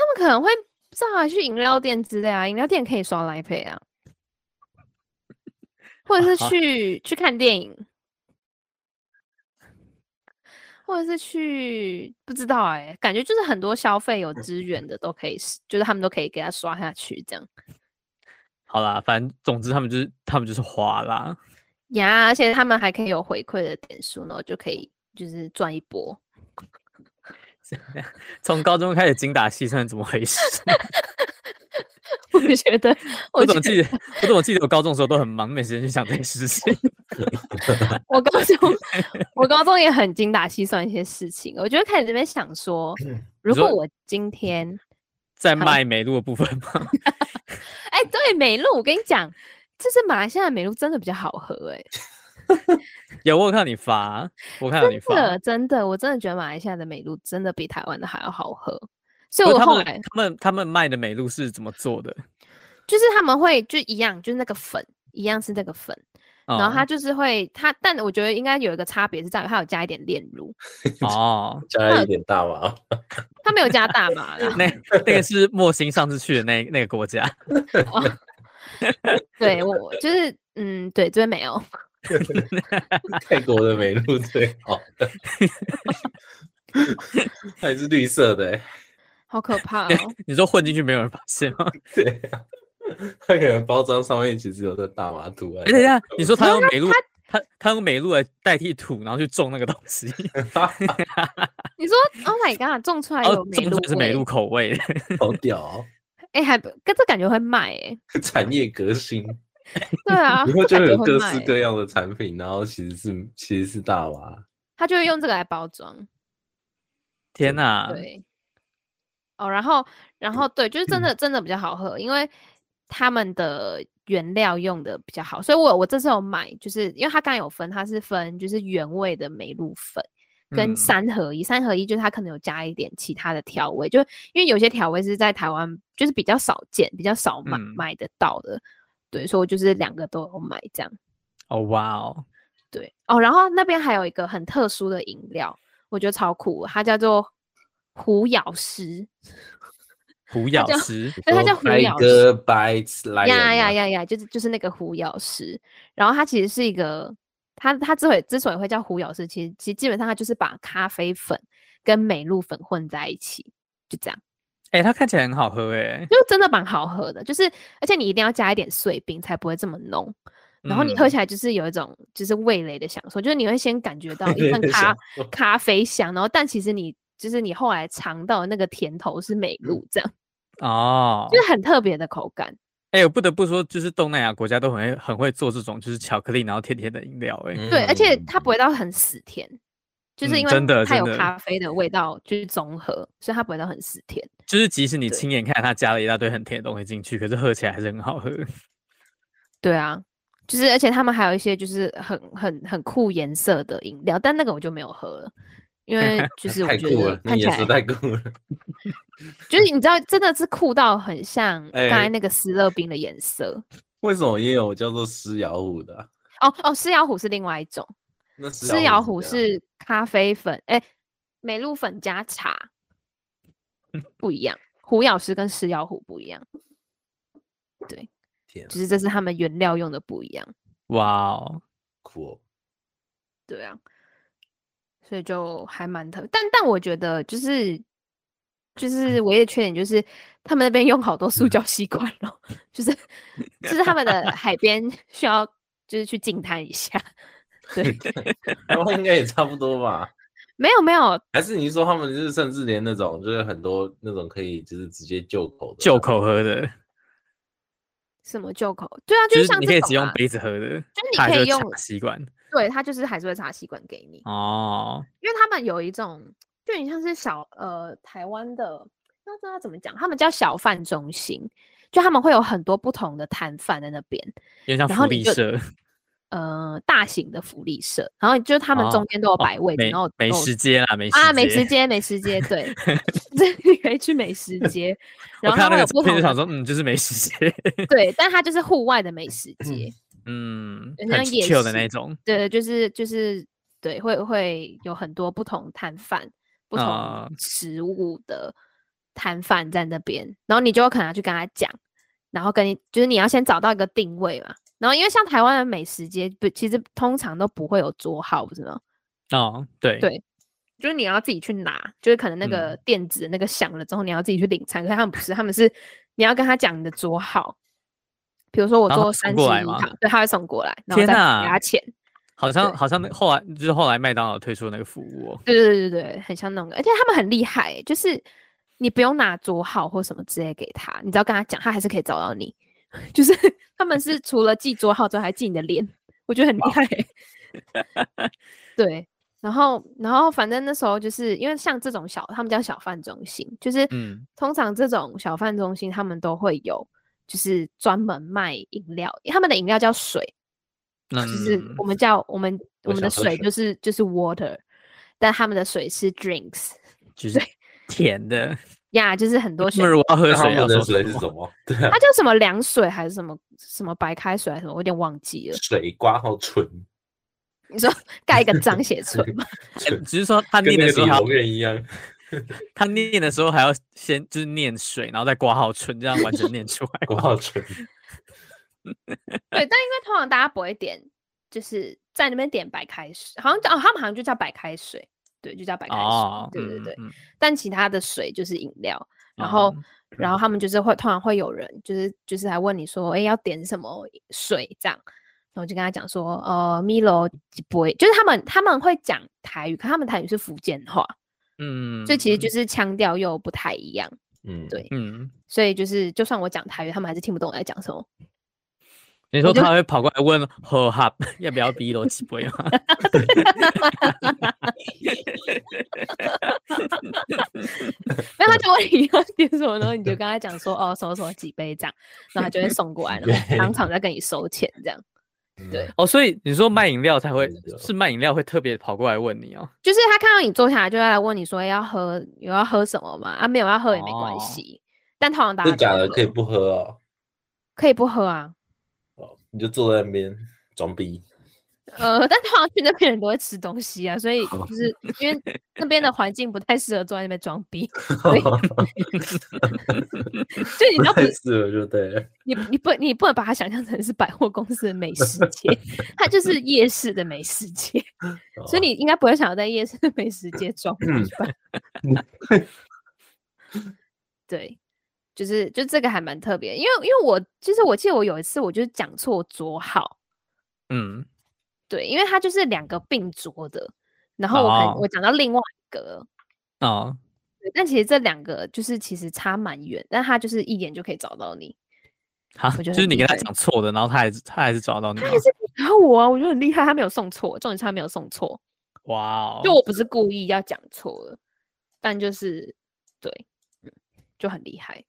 们可能会上来去饮料店之类啊，饮料店可以刷来配啊，或者是去去看电影，或者是去不知道哎、感觉就是很多消费有资源的都可以是，就是他们都可以给他刷下去这样好啦，反正总之他们就是他们就是花啦。呀，而且他们还可以有回馈的点数，然后就可以就是赚一波。 从高中开始精打细算，怎么回事？我觉得，我 我怎觉么得记得？我怎么记得我高中的时候都很忙，没时间去想这些事 情。我 高中，我高中也很精打细算一些事情。我就会开始这边想说， 如说果我今天，在卖美露的部分吗？ 哎、对美露，我跟你讲，这是马来西亚的美露真的比较好喝、哎，有，我有看到你发，我看到你真发。的真的，我真的觉得马来西亚的美露真的比台湾的还要好喝。所以不是我他后们来他们他们卖的美露是怎么做的？就是他们会就一样，就是那个粉一样是那个粉，然后它哦就是会它，但我觉得应该有一个差别是在于它有加一点炼乳，哦，，加一点大麻，它没有加大麻啦那 那个是莫欣上次去的那那个国家， 对我就是嗯，对这边没有。泰国的美露最好的，还是绿色的、欸，好可怕哦！你说混进去没有人发现吗？ 对啊，它可能包装上面其实有这大麻图案哎、，等一下，你说他没啊用美露，他他用美露来代替土，然后去种那个东西，你说，Oh my god，种出来然后有哦种美出露来是美味露，口味的。好屌、哦，哎、还不跟这感觉会卖哎、产业革新，对啊，以后这就会感觉有会各卖式欸、各样的产品，然后其实是其实是大麻，他就会用这个来包装，天哪、对，哦，然后然后对，就是嗯真的真的比较好喝，因为他们的原料用的比较好，所以我我这次有买，就是因为它刚刚有分，它是分就是原味的梅露粉。跟嗯三合一，三合一就是它可能有加一点其他的调味，就因为有些调味是在台湾就是比较少见、比较少买、嗯买得到的，对，所以我就是两个都有买这样。哦哇哦，对哦，然后那边还有一个很特殊的饮料，我觉得超酷的，它叫做虎咬狮，虎咬叫石，对，它叫虎白咬狮。鸽白来呀呀呀呀，就是就是那个虎咬狮，然后它其实是一个，它它之所以之所以会叫虎咬狮，其实其实基本上它就是把咖啡粉跟美露粉混在一起，就这样，哎、它看起来很好喝哎、就真的蛮好喝的，就是而且你一定要加一点碎冰才不会这么浓，然后你喝嗯起来就是有一种就是味蕾的享受，就是你会先 感觉到一份想咖说咖啡香，然后但其实你就是你后来尝到的那个甜头是美露，这样哦，就是很特别的口感。哎、我不得不说，就是东南亚国家都很会很会做这种就是巧克力然后甜甜的饮料哎、嗯对，而且它不会会到很死甜，就是嗯因真的为它有真的咖啡的味道就是综合，所以它不会到很死甜。就是即使你对亲眼看它加了一大堆很甜的东西进去，可是喝起来还是很好喝。对啊，就是而且他们还有一些就是很很很酷颜色的饮料，但那个我就没有喝了。因为就是我太觉酷得了，那看起颜来色太酷了， 就是你知道，真的是酷到很像刚哎才那个斯乐冰的颜色。为什么也有叫做狮咬虎的啊、哦哦，狮咬虎是另外一种，那狮咬虎怎样是咖啡粉，哎、美露粉加茶，不一样。虎咬狮跟狮咬虎不一样，天啊就是这是他们原料用的不一样。哇哦，酷、哦，对啊，所以就还蛮特，但但我觉得就是就是唯一的缺点就是他们那边用好多塑胶吸管哦，就是就是他们的 海边需要就是去净滩一下。对，台湾应该也差不多吧？ 没有没有，还是你说他们就是甚至连那种就是很多那种可以就是直接救口的就口喝的，什么旧口？对啊，就是像你这可以种只用啊杯子喝的，就是你它还可是以会插用吸管。对他就是还是会插吸管给你，哦，因为他们有一种就你像是小呃台湾的，那知道怎么讲，他们叫小贩中心，就他们会有很多不同的摊贩在那边，有点像然后福你利就社，呃大型的福利社，然后就是他们中哦间都有哦摆位置，美然后美都有食街啦，美食啊美食街。街美食街，对，这你可以去美食街，然我后看到它会那有个不照片同就想的说，嗯，就是美食街，对，但它就是户外的美食街，嗯，有点很像夜 chill 的市那种，对，就是就是对，会会有很多不同摊贩、不啊同食物的摊贩在那边，然后你就有可能要去跟他讲，然后跟你就是你要先找到一个定位嘛。然后因为像台湾的美食街，不其实通常都不会有桌号，不是吗？哦，对对就是你要自己去拿，就是可能那个嗯电子的那个响了之后，你要自己去领餐。可是他们不是，他们是你要跟他讲你的桌号，比如说我然后做送三十过来一吗堂，对，他会送过来，然后天再哪给他钱。好像对好像那后来就是后来麦当劳推出的那个服务、哦，对对对对对，很像那种的，而且他们很厉害欸、就是你不用拿桌号或什么之类给他，你只要跟他讲，他还是可以找到你。 就是他们是除了记桌号之后，还记你的脸，我觉得很厉害欸、对，然后然后反正那时候就是因为像这种小，他们叫小贩中心，就是嗯通常这种小贩中心他们都会有。就是专门卖饮料，他们的饮料叫水，那就是嗯我们叫我们我我们的想喝水水就是就是 water，但他们的水是 drinks 就是甜 的。呀就是很多那水么，如果要喝那他水要们的说水什是么什么？对啊它，叫什么凉水还是什么什么白开水还是什么，我有点忘记了。水瓜好 纯，你说盖一个章写 存嘛？哎纯只是说他跟念那的个李时候还要龙院一样。他念的时候还要先就是念水，然后再挂号唇，这样完整念出来。国号纯，对，但因为通常大家不会点，就是在那边点白开水，好像叫哦，他们好像就叫白开水，对，就叫白开水，哦，对对对。嗯，嗯但其他的水就是饮料，然后、哦嗯然后他们就是会通常会有人就是就是来问你说，哎，要点什么水这样，然后我就跟他讲说，呃，Milo 不会，就是他们他们会讲台语，可他们台语是福建话，嗯，所以其实就是腔调又不太一样，嗯，对嗯，嗯所以就是就算我讲台语，他们还是听不懂我在讲什么。你说就他会跑过来问喝哈 要不要滴罗几杯吗？ 没有，他就问你要点什么，然后你就跟他讲 说，哦，什么什么几杯这样，然后他就会送过来，然后当场再跟你收钱这样。对嗯哦，所以你说卖饮料才会真的是卖饮料会特别跑过来问你哦。就是他看到你坐下来，就会来问你说要喝，有要喝什么吗？啊，没有要喝也没关哦系。但通常大真家的假的都会可以喝不喝哦？可以不喝啊，哦，你就坐在那边装逼。呃，但通常去那边人都会吃东西啊，所以好就是因为那边的环境不太适合坐在那边装逼， 所以就你不要不太适合就对了。你你不你不能把它想象成是百货公司的美食街，它就是夜市的美食街，哦所以你应该不会想要在夜市的美食街装逼嗯吧 对，就是就这个还蛮特别，因为因为我其实我记得我有一次我就是讲错桌号，嗯，对，因为它就是两个并桌的，然后我可能、哦我讲到另外一个，哦，对但其实这两个就是其实差蛮远，但它就是一眼就可以找到你，好，我觉就得是很你厉跟他害讲错的，然后他还是他还是找到你他吗。还是然后我啊，我觉得很厉害，他没有送错，重点是他没有送错，哇哦，就我不是故意要讲错了，但就是对，嗯就很厉害，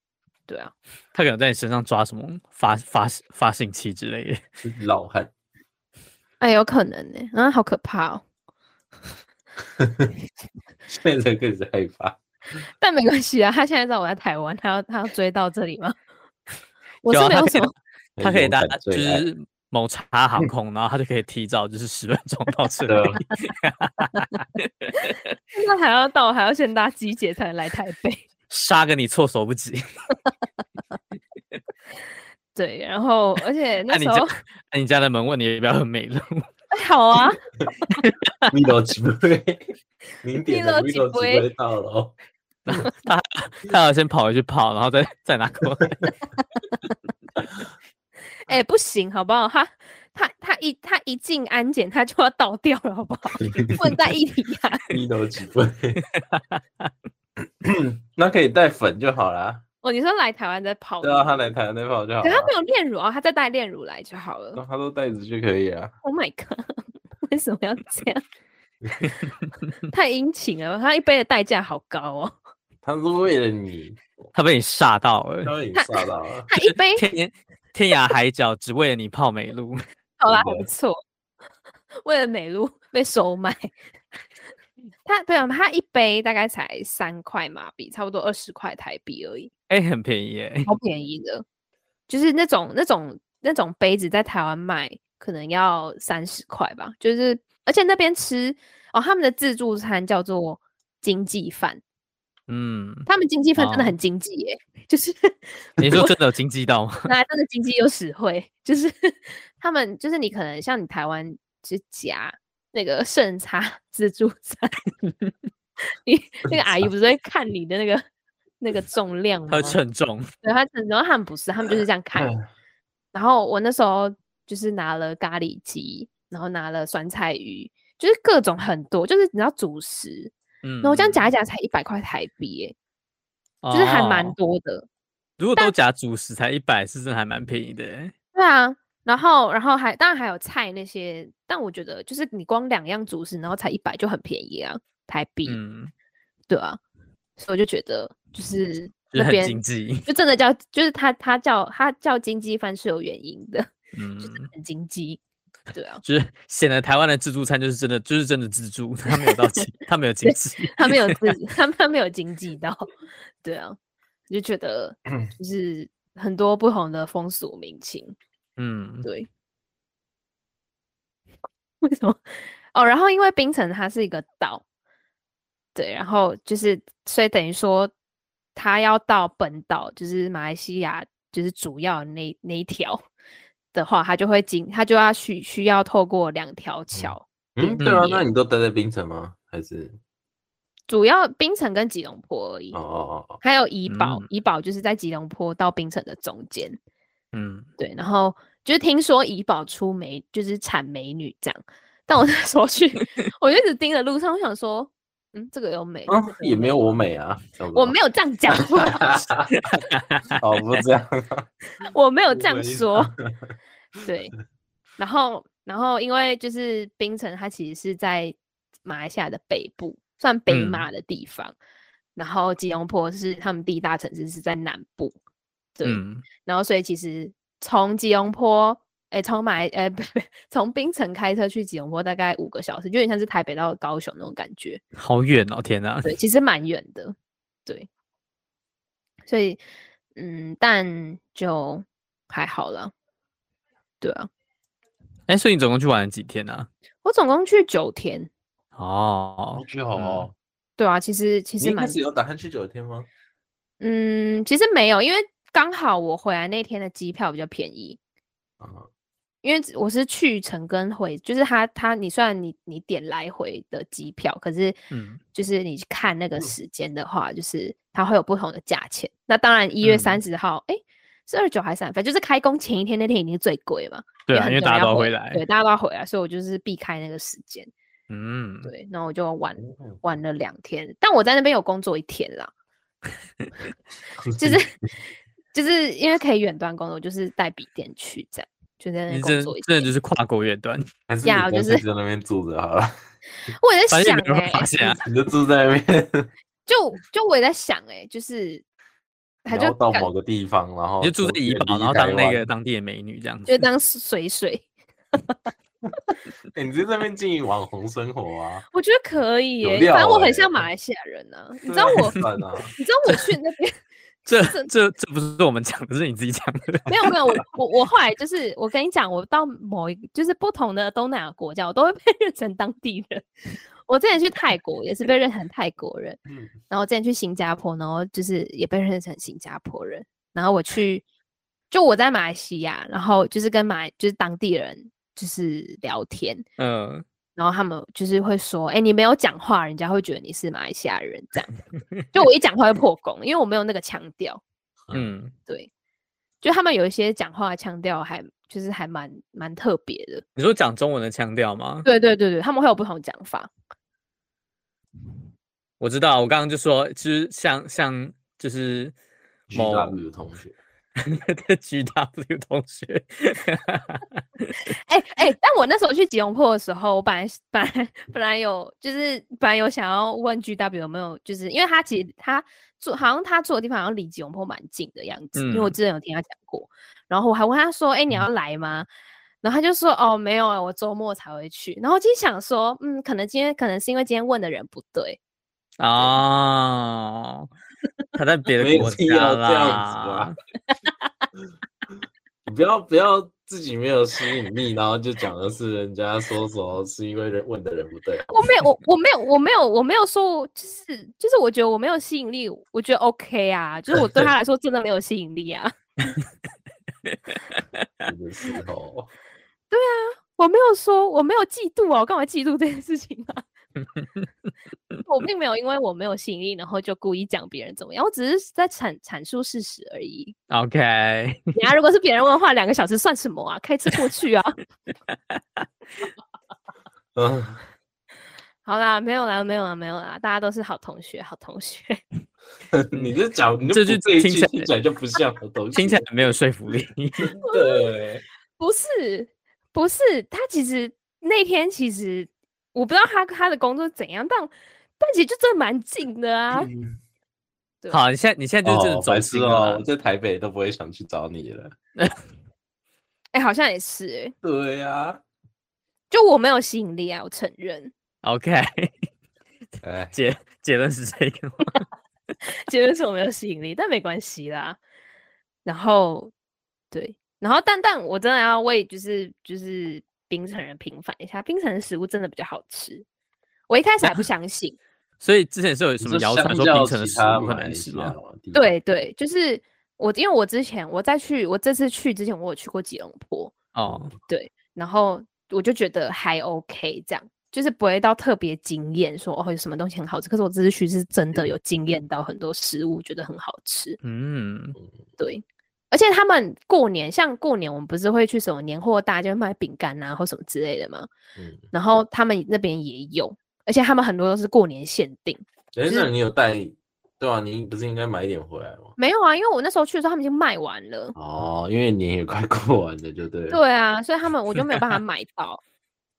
对啊，他可能在你身上抓什么发发发信器之类的。是老汉，哎，有可能呢、嗯，好可怕哦，现在开始害怕。但没关系啊，他现在知道我在台湾，他要他要追到这里吗？ 我有是啊他没有可以什么，他可以搭勇敢就最爱是某茶航空，然后他就可以提早就是十分钟到这对啊里。那还要到还要先搭机姐才能来台北。杀个你措手不及。对，然后而且那按你时家候、按你家的门问你要不要喝美露，哎好啊，米楼几杯，零点的米米楼楼几几杯杯到了哦。他要先跑回去泡，然后再再拿过来。哎、不行，好不好？他他他一他一进安检，他就要倒掉了，好不好？混在一起呀、米楼几杯， 那可以带粉就好啦。 哦，你说来台湾再泡？对啊，他来。台湾那泡就好哦可他啦没。有炼乳啊，他再带炼乳来就好了。那他都带着就可以啊。 Oh my god！ 为什么要这样？太殷勤了，他一杯的代价好高哦。他是为了你，他被你吓到了，他被你吓到啊了。他一杯天涯天涯海角只为了你泡美露，好真啦，还的不错。 为了美露被收买， 他对啊，他一杯大概才三块马币，差不多二十块台币而已，哎、很便宜耶、好便宜的。就是那种那种那种杯子在台湾卖可能要三十块吧，就是而且那边吃哦，他们的自助餐叫做经济饭，嗯，他们经济饭真的哦很经济耶、就是你说真的有经济到吗？那 真的经济又实惠，就是 他们就是你可能像你台湾只夹那个剩茶自助 餐，你那个阿姨不是会看你的那个那个重量它吗会？称重，对，她称，然后他们不是，他们就是这样看。嗯然后我那时候就是拿了咖喱鸡，然后拿了酸菜鱼，就是各种很多，就是你知道主食。嗯，然后我这样夹一夹才一百块台币、耶，就是还蛮哦多的。如果都夹主食才一百，是真的还蛮便宜的欸耶、对啊，然后然后还当然还有菜那些，但我觉得就是你光两样主食，然后才一百就很便宜啊，台币，嗯，对啊，所以我就觉得就是就是那很边经济，就真的叫就是他他叫他叫经济饭是有原因的， 嗯，很经济，对啊，就是显得台湾的自助餐就是真的，就是真的自助，它没有到经，它没有经济，他没有自己，他他没有经济到，对啊，我就觉得就是很多不同的风俗民情，嗯，对， 为什么？哦，然后因为冰城它是一个岛，对，然后就是所以等于说，它要到本岛，就是马来西亚就是主要的那那一条的话，它就会经，它就要需需要透过两条桥，嗯，对啊，那你都待在槟城吗？还是主要冰城跟吉隆坡而已，哦哦哦还有怡保嗯，怡保就是在吉隆坡到冰城的中间，嗯，对，然后就是听说怡保出美就是产美女这样，但我那时候 去，我就一直盯着路上，我想说，嗯，这个有美，哦，啊，也没有我美啊，差不多我没有这样讲过，哦，不是这样， 我没有误这样会一说场，对，然后然后因为就是槟城，它其实是在马来西亚的北部，算北嗯马的地方，然后吉隆坡是他们第一大城市，是在南部，对，嗯，然后所以其实从吉隆坡，哎，从马来，哎，不不，从槟城开车去吉隆坡大概五个小时，有点像是台北到高雄那种感觉。好远哦，天哪，对，其实蛮远的，对。所以，嗯，但就还好了。对啊，哎、所以你总共去玩了几天啊？我总共去九天。哦好，久哦。对啊，其实其你实一开蛮，始有打算去九天吗？嗯，其实没有，因为刚好我回来那天的机票比较便宜，啊，因为只我是去程跟回，就是他他你虽然你你点来回的机票，可是嗯就是你看那个嗯时间的话，就是它会有不同的价钱。那当然一月嗯三十号，哎、是二九还是三，反正就是开工前一天那天已经最贵嘛。对啊，很因为多大人家都要要回回来，对，大家都要回来，所以我就是避开那个时间。嗯，对，那我就玩嗯玩了两天，但我在那边有工作一天啦， 就是嗯就是因为可以远端工作，我就是带笔电去这样，就在那边你工真作一真天的。就是跨国远端， 还是呀你就干脆是在那边住着好了，我也在反正想也没有哎、人发现啊，你就住在那边，就就我也在想哎、就是 他然就后到感某个地方，然后你就住在怡远保，离然后当台那湾个当地的美女这样子 就，当水水，欸你在那边经营网红生活啊？我觉得可以有耶、反料正我欸很 像马来西亚人呢、 你知对道啊我， 算啊，你知道我去那边这这这这不是我们讲的，是你自己讲的， 没有没有，我我我后来就是我跟你讲，我到某一就是不同的东南亚国家，我都会被认成当地人。我之前去泰国也是被认成泰国人， 嗯然后之前去新加坡，然后就是也被认成新加坡人。然后我去，就我在马来西亚，然后就是跟马来就是当地人就是聊天，嗯，然后他们就是会说：“哎、你没有讲话，人家会觉得你是马来西亚人。”这样，就我一讲话会破功，因为我没有那个腔调。嗯，对，就他们有一些讲话的腔调还就是还蛮蛮特别的。你说讲中文的腔调吗？对对对对，他们会有不同讲法。我知道，我刚刚就说，就是像像就是巨某大 的同学， G W 同学，哎、哎、哎、但我那时候去吉隆坡的时候，我本来是本来本来有就是本来有想要问 G W 有没有，就是因为他其实他住好像他住的地方好像离吉隆坡蛮近的样子，因为我嗯之前有听他讲过，然后我还问他说：“哎、你要来吗？”然后他就说：“哦，没有啊，我周末才会去。”然后我就想说：“嗯，可能今天可能是因为今天问的人不对，哦，他在别没的有国必要家这样子啊啦吧。？你不要不要自己没有吸引力，然后就讲的是人家说什么是因为人问的人不对。我没有，我我没有，我没有，我没有说我，就是就是，我觉得我没有吸引力，我觉得 OK 啊，就是我对他来说真的没有吸引力啊。”的时候， 我没有说，我没有嫉妒啊，我干嘛嫉妒这件事情啊？ 我并没有因为我没有吸引力，然后就故意讲别人怎么样，我只是在阐阐述事实而已。 OK，人家如果是别人问的话，两个小时算什么啊？开车过去啊？ 嗯，好啦，没有啦，没有啦，没有啦，大家都是好同学，好同学。 你这讲你这就句不这一听句起来听起来就不像的东西，听起来没有说服力。对，不是，不是，他其实那天其实我不知道他他的工作怎样，但但其实就真的蛮近的啊。 嗯对好，你现在你现在就是真的哦，走白心痴了哦，啦我。在台北都不会想去找你了。哎、好像也是、欸，对啊呀、就我没有吸引力啊，我承认。 OK， 哎，结结论是这个吗。 结论是我没有吸引力，但没关系啦。然后，对，然后但但我真的要为就是就是冰城人平反一下，冰城的食物真的比较好吃。我一开始还不相信，所以之前是有什你么说谣传相说较冰城的其食他物很马难来西吃亚吗？的地方？对对，就是我因为我之前我再去我这次去之前我有去过吉隆坡，哦，然后我就觉得还 OK 这样。就是不会到特别惊艳，说哦有什么东西很好吃。可是我这次去是真的有惊艳到很多食物，觉得很好吃。嗯，对，而且他们过年，像过年我们不是会去什么年货大，就会卖饼干啊或什么之类的嘛。嗯，然后他们那边也有，而且他们很多都是过年限定。哎，是那你有带？对啊，你不是应该买一点回来吗？没有啊，因为我那时候去的时候他们已经卖完了。哦，因为年也快过完了，就对了。对啊，所以他们我就没有办法买到。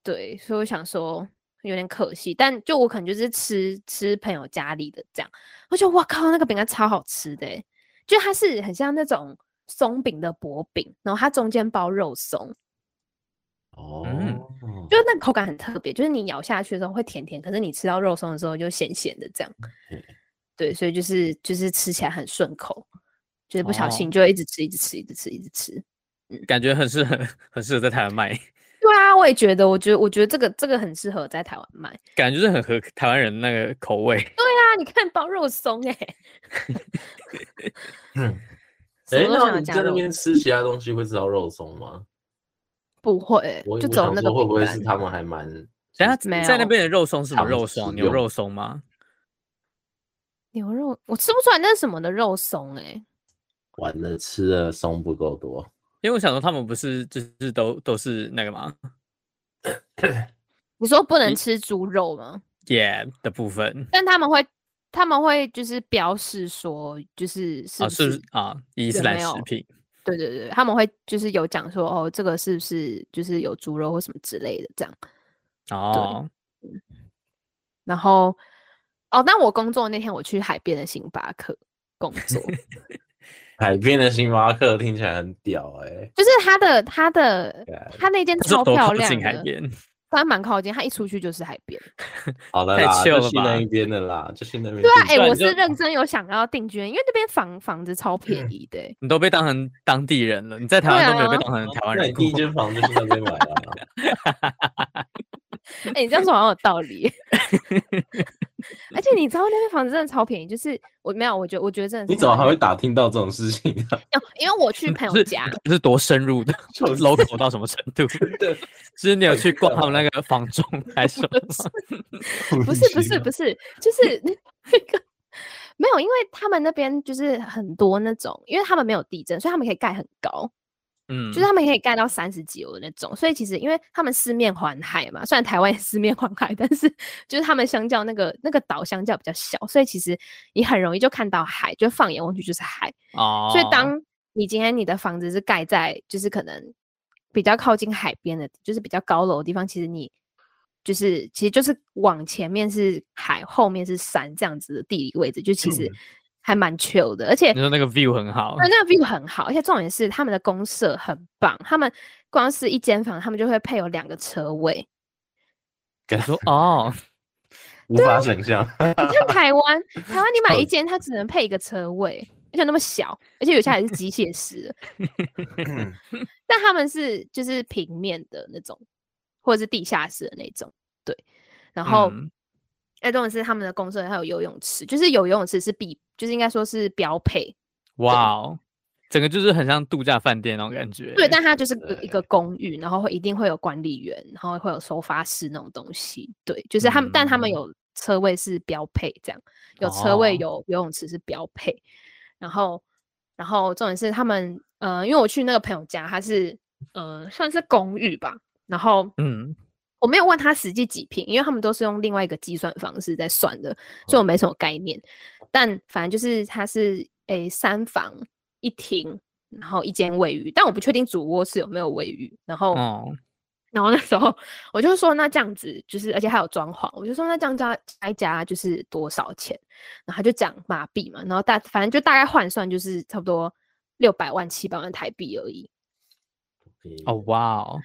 对，所以我想说有点可惜，但就我可能就是吃吃朋友家里的这样，我觉得哇靠，那个饼干超好吃的欸，就它是很像那种松饼的薄饼，然后它中间包肉松，哦，就那个口感很特别，就是你咬下去的时候会甜甜，可是你吃到肉松的时候就咸咸的这样嗯。对，所以就是就是吃起来很顺口，就是不小心哦就会一直吃，一直吃，一直吃，一直吃。感觉很适合， 很适合在台湾卖，对啊，我也觉得，我觉得我觉得这个这个很适合在台湾卖。对感觉就是很合台湾人那个口味。啊，你看包肉松哎、欸，嗯，什哎，么都想那要你加在那肉边吃其他东西会吃到肉松吗？不会欸、我就我走想那个说会不饼会干啊是。他们还蛮……等下没在那有边的肉松是什么常肉食松？牛用肉松吗？牛肉，我吃不出来那是什么的肉松哎、完了吃的松不够多？因为我想说他们不是就是都都是那个嘛你说不能你吃猪肉吗？耶、的部分但他们会他们会就是标示说就是是啊，不是不是是啊？伊斯有兰没食有品对对对，他们会就是有讲说哦，这个是不是就是有猪肉或什么之类的这样。哦，然后哦，但我工作那天我去海边的星巴克 工作，海边的星巴克听起来很屌哎、就是它的它的对啊它那间它是超多漂靠亮近海的，边，它蛮靠近，它一出去就是海边。好的太啦，就 chill 了去那吧一边的啦，就去那边定。对啊，哎、对啊我你就是认真有想要定居，因为那边房房子超嗯便宜的欸、你都被当成当地人了，你在台对湾都没有被啊当成台湾那你人第一过。间房就去那边买了啦。 哎、你这样说好像有道理。 而且你知道那边房子真的超便宜，就是我没有，我觉得我觉得真的你是怎么蛮还会打听到这种事情啊？因为我去朋友是家，是多深入 的就是，local 到什么程度？ 对，就是你有去逛干他们那个房 中还是什么吗？不是不是不是，就是那个没有，因为他们那边就是很多那种，因为他们没有地震，所以他们可以盖很高，嗯，就是他们可以盖到三十几楼的那种。所以其实因为他们四面环海嘛，虽然台湾也四面环海，但是就是他们相较那个那个岛相较比较小，所以其实你很容易就看到海，就放眼望去就是海。哦，所以当你今天你的房子是盖在就是可能比较靠近海边的，就是比较高楼的地方，其实你就是其实就是往前面是海，后面是山这样子的地理位置，就其实还蛮 chill 的，而且你说那个 view 很好那，那个 view 很好，而且重点是他们的公社很棒，他们光是一间房，他们就会配有两个车位。感你说哦，无法想象，你看台湾，台湾你买一间，它只能配一个车位，而且那么小，而且有些还是机械式的，啊 但他们是就是平面的那种，或者是地下室的那种，对。然后，嗯哎、重点是他们的公社还有游泳池，就是有游泳池是必，就是应该说是标配，哇哦，整个就是很像度假饭店那种感觉。对。但它就是个一个公寓，然后会一定会有管理员，然后会有收发室那种东西，对，就是他们，但他们嗯有车位是标配，这样有车位哦有游泳池是标配，然后，然后重点是他们，呃，因为我去那个朋友家，他是，呃，算是公寓吧，然后嗯，我没有问他实际几平，因为他们都是用另外一个计算方式在算的，所以哦我没什么概念。但反正就是它是诶三房一厅，然后一间卫浴，但我不确定主卧室有没有卫浴。然后，哦，然后那时候我就说那这样子就是，而且还有装潢，我就说那这样加加一加就是多少钱？然后他就讲马币嘛，然后大反正就大概换算就是差不多六百万七百万台币而已。哦，哇哦，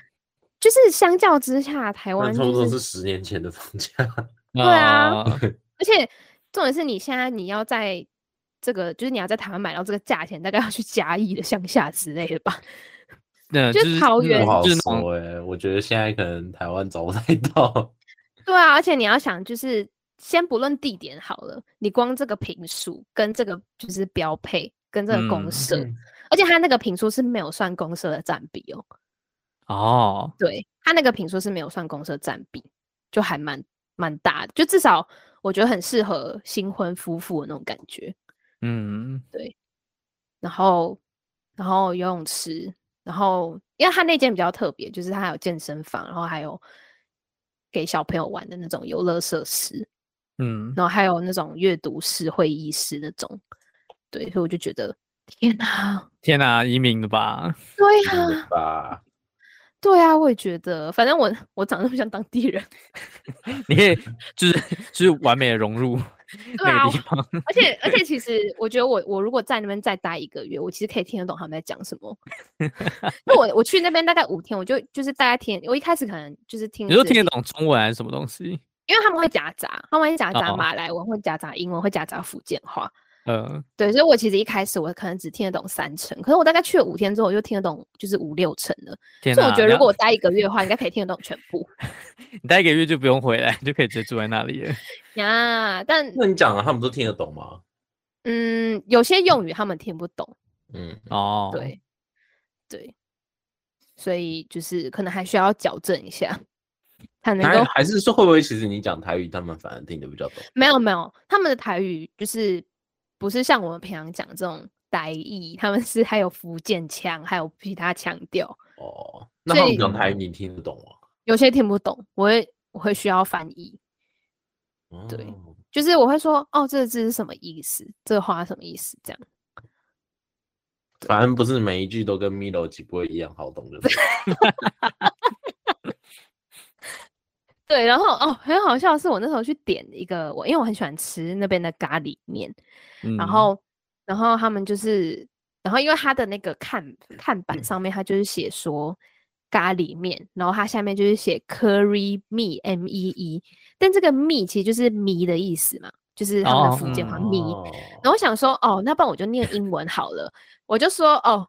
就是相较之下，台那湾差不就多是是十年前的房 价，对啊，哦而且重点是你现在你要在这个，就是你要在台湾买到这个价钱，大概要去嘉义的乡下之类的吧？ 那就是是桃那园不种好就是那种说哎、我觉得现在可能台湾找不太到，对啊，而且你要想，就是先不论地点好了，你光这个平数跟这个就是标配跟这个公嗯社，嗯而且它那个平数是没有算公社的占比哦，哦，对，它那个平数是没有算公社占比，就还蛮蛮大的，就至少我觉得很适合新婚夫妇的那种感觉。嗯，然后然后游泳池，然后因为它那间比较特别，就是它还有健身房，然后还有给小朋友玩的那种游乐设施，嗯，然后还有那种阅读室、会议室那种。对，所以我就觉得，天哪， 天哪、移民的吧？ 对 真的啊，嗯吧？对啊，我也觉得，反正我我长得不像当地 人，你可以就是就是完美的融入对啊那个地方，而且而且其实我觉得我我如果在那边再待一个月，我其实可以听得懂他们在讲什 么。因为我我去那边大概五天，我就就是大概听，我一开始可能就是听你就自己听得懂中文还是什么东西？因为他们会夹杂，他们会夹杂哦马来文，会夹杂英文，会夹杂福建话。呃，对，所以我其实一开始我可能只听得懂三成，可是我大概去了五天之后，我就听得懂就是五六成了。天所以哪、我觉得你如要果我待一个月的话，应该可以听得懂全部你待一个月就不用回来，你就可以直接住在那 里了。呀。但那你讲了，他们都听得懂吗？嗯，有些用语他们听不懂，嗯，哦，，对，对，所以就是可能还需要矫正一下， 才能还够还是说会不会其实你讲台语，他们反而听得比较懂？没有没有，他们的台语就是不是像我们平常讲这种台语，他们是还有福建腔，还有其他腔调。哦，那他所以们讲台语你听得懂吗？有些听不懂，我会我会需要翻译，对哦就是我会说哦，这个字是什么意思？这个话是什么意思？这样反正不是每一句都跟 Milo 几波一样好懂的。对，然后哦，很好笑的是，我那时候去点一个我，因为我很喜欢吃那边的咖喱面，然嗯后然后他们就是，然后因为他的那个看看嗯板上面，他就是写说咖喱面，然后它下面就是写 curry me m e e，但这个 me 其实就是迷的意思嘛，就是他们的哦福建话迷。哦，。然后我想说，哦，那不然我就念英文好了。我就说，哦，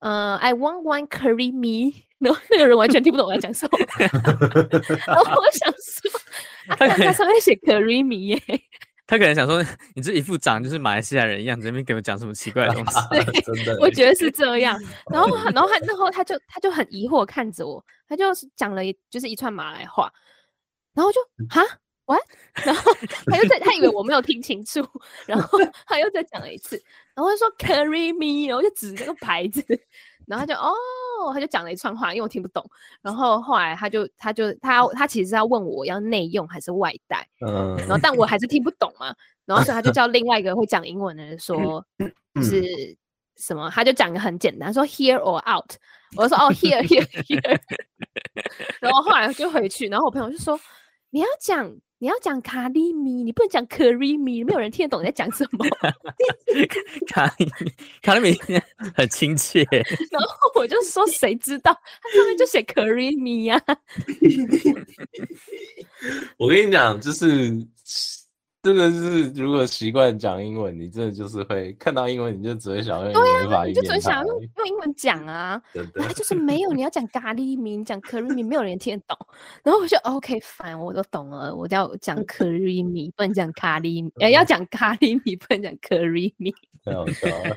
呃，I want one curry me。然 后那个人完全听不懂我在讲什么。 然后我想说，啊 他干可它能上面写 curry me 耶、他可能想说， 你这一副长就是马来西亚人一样，在那边给我讲什么奇怪的东西 真的欸，我觉得是这样。然后他，然后他，然后他就他就很疑惑看着我，他就是讲了一就是一串马来话，然后我就哈。what？然 后他又在，他以为我没有听清楚，然后他又再讲了一次，然后他说 “carry me”，然后就指那个牌子，然后他就哦，他就讲了一串话，因为我听不懂。然后后来他就他就他要他其实是要问我要内用还是外带，嗯，然后但我还是听不懂嘛，然后所以他就叫另外一个会讲英文的人说，就嗯是什么，他就讲的很简单，说 here or out，我就说哦 here here here，然后后来就回去，然后我朋友就说你要讲你要讲卡利米，你不能讲 c r e m y 没有人听得懂你在讲什么。 卡里卡里米很亲 切，然后我就说谁知道，它上面就写 c r e m y 呀、我跟你讲，就是嗯真的是，如果习惯讲英文，你真的就是会看到英文，你就只会想用英文法语你就只言它 想要而用已，用英文讲啊。真的他。就是没有，你要讲咖喱米，你讲 c u r r y 米，没有人听得懂。然后我就 OK fine，我都懂了，我要讲 c u r r y 米，不能讲咖喱米，呃，要讲咖喱米，不能讲 c u r r y 米，太好笑了。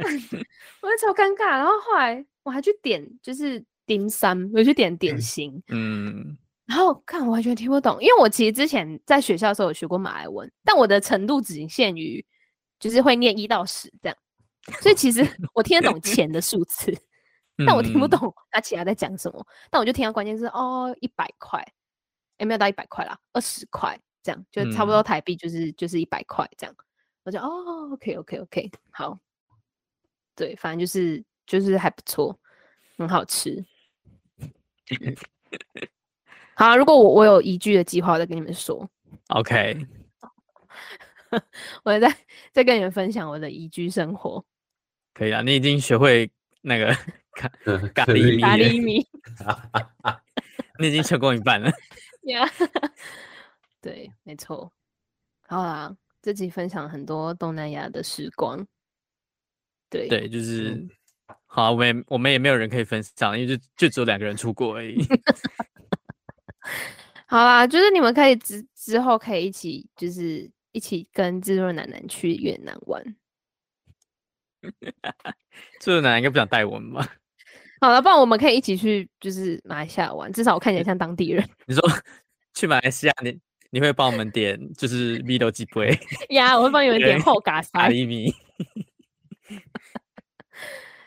我就超尴尬。然后后来我还去点，就是 dim sum，我去点点心，嗯，然后看我完全听不懂，因为我其实之前在学校的时候有学过马来文，但我的程度仅限于就是会念一到十这样，所以其实 我听得懂钱的数字。但我听不嗯，懂他其他在讲什么。但我就听到关键字哦，一百块，也没有到一百块啦，二十块这样，就差不多台币就是、就是一百块这样。我就哦，OK OK OK，好，对，反正就是就是还不错，很好吃。好啊、如果我我有一句的计划，我再跟你们说， OK，我再再跟你们分享我的宜居生活。可以啊，你已经学会那个 卡，咖喱米达耶利米。你已经成功一半了。呀，对，没错。好啦，这集分享很多东南亚的时光。 对，嗯对，就是好啊，我们也我们也没有人可以分享，因为就就只有两个人出国而 已。好啦，就是你们可以之之后可以一起，就是一起跟制作奶奶去越南玩。这奶奶应该不想带我们吧？ 好了，不然我们可以一起去，就是马来西亚玩，至少我看起来像当地人 你说去马来西亚，你你会帮我们点就是 v i d o 鸡杯、呀。我会帮你们点对后嘎咖塞。喱米，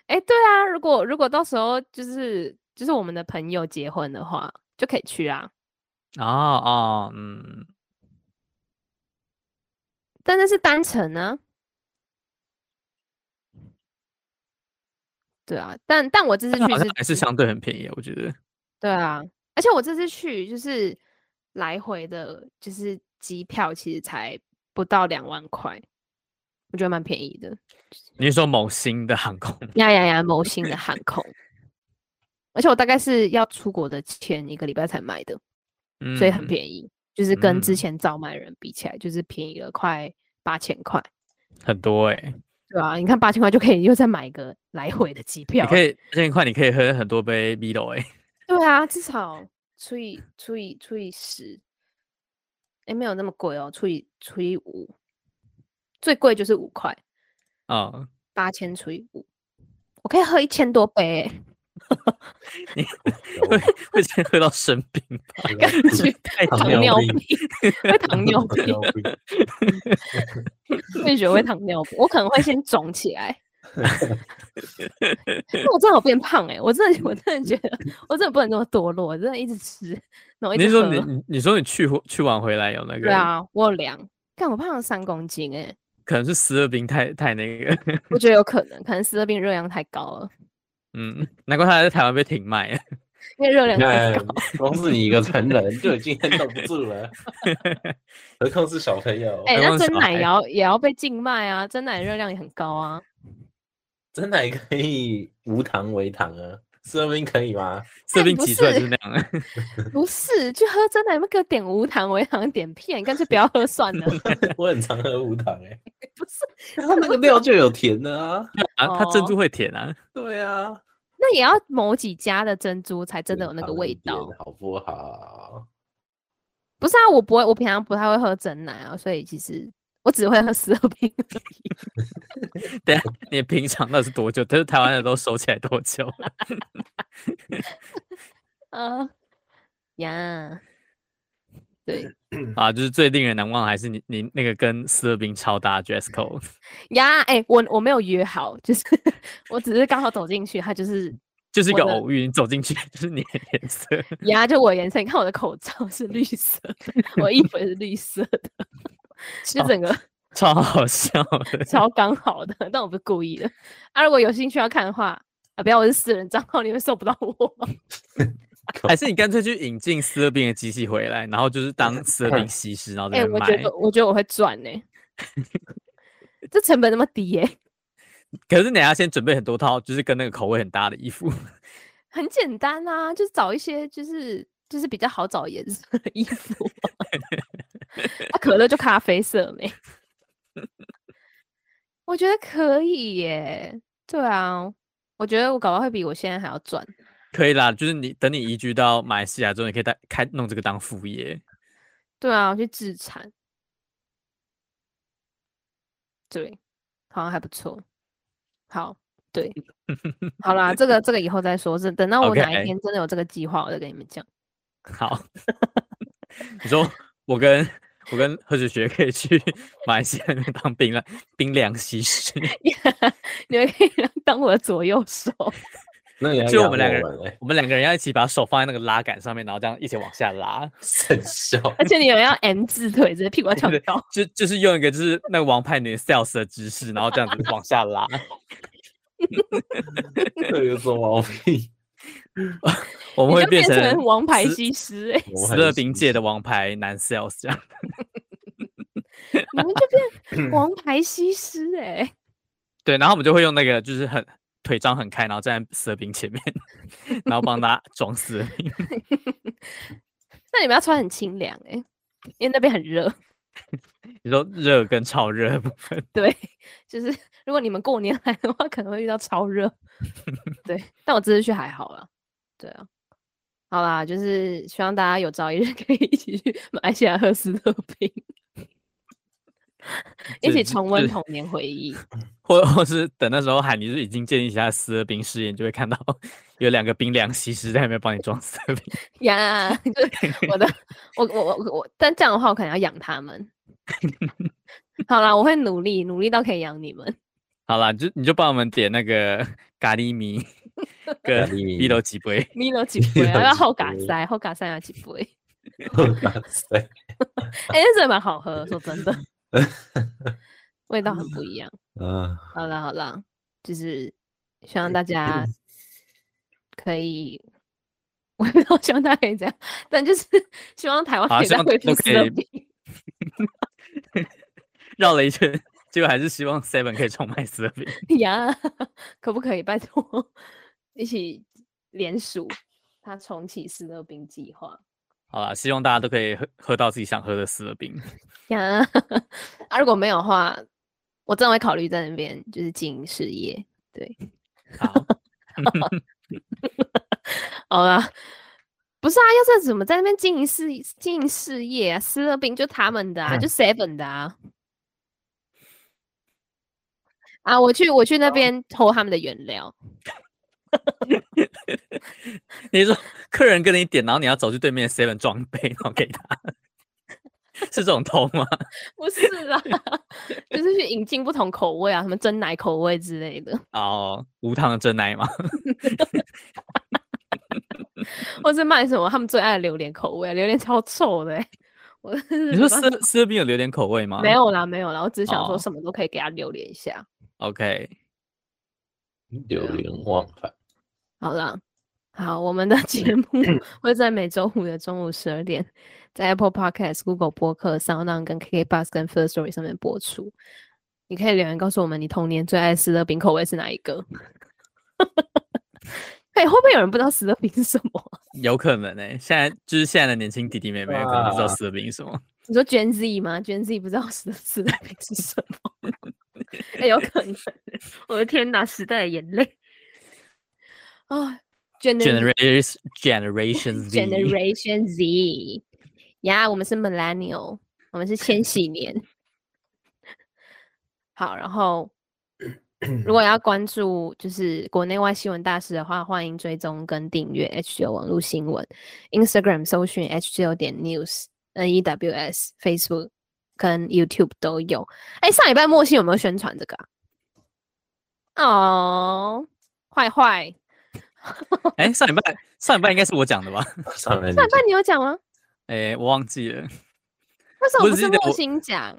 哎、对啊，如果如果到时候就是就是我们的朋友结婚的话，就可以去啊。哦哦，嗯，但那是单程啊呢、对啊，但但我这次那去好像是，还是相对很便宜，我觉得。对啊，而且我这次去就是来回的，就是机票其实才不到两万块，我觉得蛮便宜的。你是说某新的航空？ 呀呀呀，某星的航空，而且我大概是要出国的前一个礼拜才买的，所以很宜，便宜，就是跟之嗯前早买的人比起来，就是便宜了快八千块。很多哎、对啊，你看八千块就可以又再买一个来回的机票你了，可以这一块，你可以喝很多杯 v i d o 哎、对啊，至少除以除以除以十，哎，没有那么贵哦，除以除以五，最贵就是五块，哦，八千除以五，我可以喝一千多杯欸， 我会先喝到生病， 去太糖糖尿尿病病，会糖尿糖病， 会学会糖尿病，我可能会先肿起来。那我真的有变胖哎、我真的我真的觉得我真的不能这么堕落，我真的一直吃，然后一你直是喝。说你你你说你去回去完回来有那个？对，啊，我有量，但我胖了三公斤哎、可能是十二冰太太那个，我觉得有可能，可能四热病热量太高了，嗯，难怪他在台湾被停卖。啊因为热量你太看高。，光是你一个成人就已经很挡不住了，何况是小朋友。哎、台那湾真小奶孩也要也要被禁卖啊，真奶热量也很高 啊。真奶可以无糖为糖啊，说明可以吗？这冰不挤出来是就是那样的，不是，去喝真奶，那个点无糖，我也想点片，你干脆不要喝算 了。我很常喝无糖 哎、不是，欸，它那个料就有甜的啊。啊，它珍哦珠会甜啊，对啊，那也要某几家的珍珠才真的有那个糖味一点道。好不好？不是啊，我不会，我平常不太会喝真奶啊，所以其实我只会喝四热冰。 等一下你平常那是多久？但是台湾的都收起来多久？ 啊呀，对啊，就是最令人难忘的还是你你那个跟斯乐冰超搭 dress code，呀，哎、我我没有约好，就是我只是刚好走进去，他就是就是一我个的偶遇，你走进去就是你的颜色，呀，就我颜色，你看我的口罩是绿色的，我衣服也是绿色的，就超整个超好笑的。 超刚好的，但我不是故意的。啊，如果有兴趣要看的话，啊，不要，我是私人账号，你们搜不到我。还是你干脆去引进斯乐冰的机器回来，然后就是当斯 乐冰西施，然后哎、再我觉卖。得我觉得我会赚呢、这成本那么低耶、可是你要先准备很多套，就是跟那个口味很搭的衣服。 很简单啊，就是找一些就是就是比较好找颜色的衣服啊、啊 可乐就咖啡色没？我觉得可以耶，对啊，我觉得我搞不好会比我现在还要赚。可以啦，就是你等你移居到马来西亚之后，你可以带开弄这个当副业。对啊，我去自产。对，好像还不错。好，对，好啦，这个这个以后再说，是等到我哪一 OK 天真的有这个计划，我再跟你们讲。 好， 你说我跟我跟何雪雪可以去马来西亚那边当冰凉冰凉西施， 你们可以当我的左右手。那也要就我们养两个们哎，我们两个人要一起把手放在那个拉杆上面，然后这样一起往下拉，很笑。而且你们要 M 字腿，直接屁股要翘对高。就就是用一个就是那个王牌女 sales 的姿势，然后这样子往下拉。这有什么毛病？我们你会就变成王牌斯西施哎、我斯很乐冰界的王牌男 sales 这样。你们 就变王牌西施哎、对，然后我们就会用那个就是很腿张很开，然后站在斯乐冰前面， 然后帮他装斯乐冰。 那你们要穿很清凉哎、因为那边很热。你说热跟超热 的部分，对，就是如果你们过年来的话，可能会遇到超 热。对，但我这次去还好啦。对啊，好啦，就是希望大家有朝一日 可以一起去马来西亚喝斯乐冰，一这这起重这温童年回忆。或或是等那时候海尼就已经建立起他的斯乐冰事业，你就会看到 有两个冰凉西施在那边帮你装斯乐冰。 呀，就是我的，我我我我，但这样的话，我可能要养他们。好啦，我会努力，努力到可以养你们。好啦，就你就帮我们点那个咖喱 米跟喱米一楼几杯。 Milo 几米杯啊，了要几后嘎杯塞，后嘎塞要几杯？哇塞，哎、那真的蛮好喝的，说 真的，味道很不嗯一样。啊，好啦好啦，就是希哎望大家嗯 可以， 我也不知道希望大家可以怎样，但就是 希望台湾好可以希再望恢都复可斯乐以冰。绕了一圈，结果还是希望 Seven 可以重卖斯乐冰。 呀，可不可以拜托一起联署，他重启斯乐冰计划好啦，希望大家都可以喝喝到自己想喝的斯乐冰。 呀？ 啊，如果没有的话，我真的会考虑在那边就是经营事业。好， 好啦，不是啊，要是怎么在那边经营事经营事业啊？斯乐冰就他们的啊，就 Seven 的啊。啊，我去我去那边偷他们的原料，你说客人跟你点，然后你要走去对面 Seven 装杯，然后给他， 是这种偷吗？ 不是啦， 就是去引进不同口味啊，什么真奶口味之类的。哦，无糖的真奶吗？ 或是卖什么他们最爱的榴莲口味，榴莲超臭的欸、我你你说斯斯乐冰有榴莲口味吗？没。有啦，没有啦，我只是想说哦什么都可以给他榴莲一下。 OK，流啊连忘返。好啦，好，我们的嗯节目 会在每周五的中午十二点，在 Apple Podcast、Google 播客、Sound On 跟 KK Bus 跟 First Story 上面播出。你可以留言告诉我们你童年最爱斯乐饼口味是哪一个？ 哎、会不会有人不知道斯乐饼是什么？有可能诶、现在就是现在的年轻弟弟妹妹可能不知道斯乐冰是什么。你说 Gen Z 吗？Gen Z 不知道时代时代是 什么？哎、有可能。 我的天哪，时代的眼泪啊！Gener Generation Generation Z， Generation Z，呀我们是 Millennial，我们是千禧年。 好，然后如果要关注就是国内外新闻大事的话，欢迎追踪跟订阅 H 九网络新闻，Instagram 搜寻 H 九点 news n e w s Facebook 跟 YouTube 都有。哎，上礼拜莫西有没有宣传这个啊？哦，坏坏， 哎、上礼拜上礼拜应该是我讲的吧？ 上来你上礼拜你有讲吗？哎、我忘记了。为什么不不是是的莫我星讲？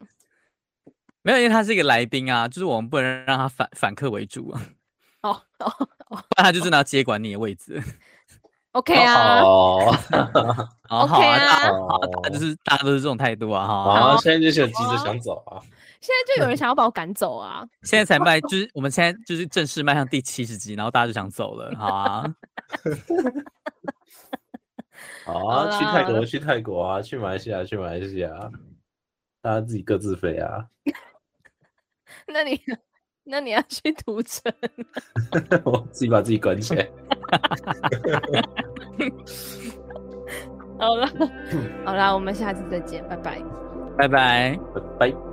没有，因为他是一个来宾啊，就是我们不能让他反反客为主啊。哦哦不然他就真的要接管你的位置。 ，OK 啊，哦，好好 OK 啊，啊大家就是大家都是这种态度啊哈。啊，现在就想急着想走啊，现在就有人想要把我赶走啊，现在才迈，就是我们现在就是正式迈向第七十集，然后大家就想走了，好啊，好好啦啊，去泰好国啦去泰国啊，去马来西亚去马来西亚，大家自己各自飞啊， 那你那你要去屠城，我自己把自己关起来。好了好啦，我们下次再见，拜拜。拜拜。拜拜。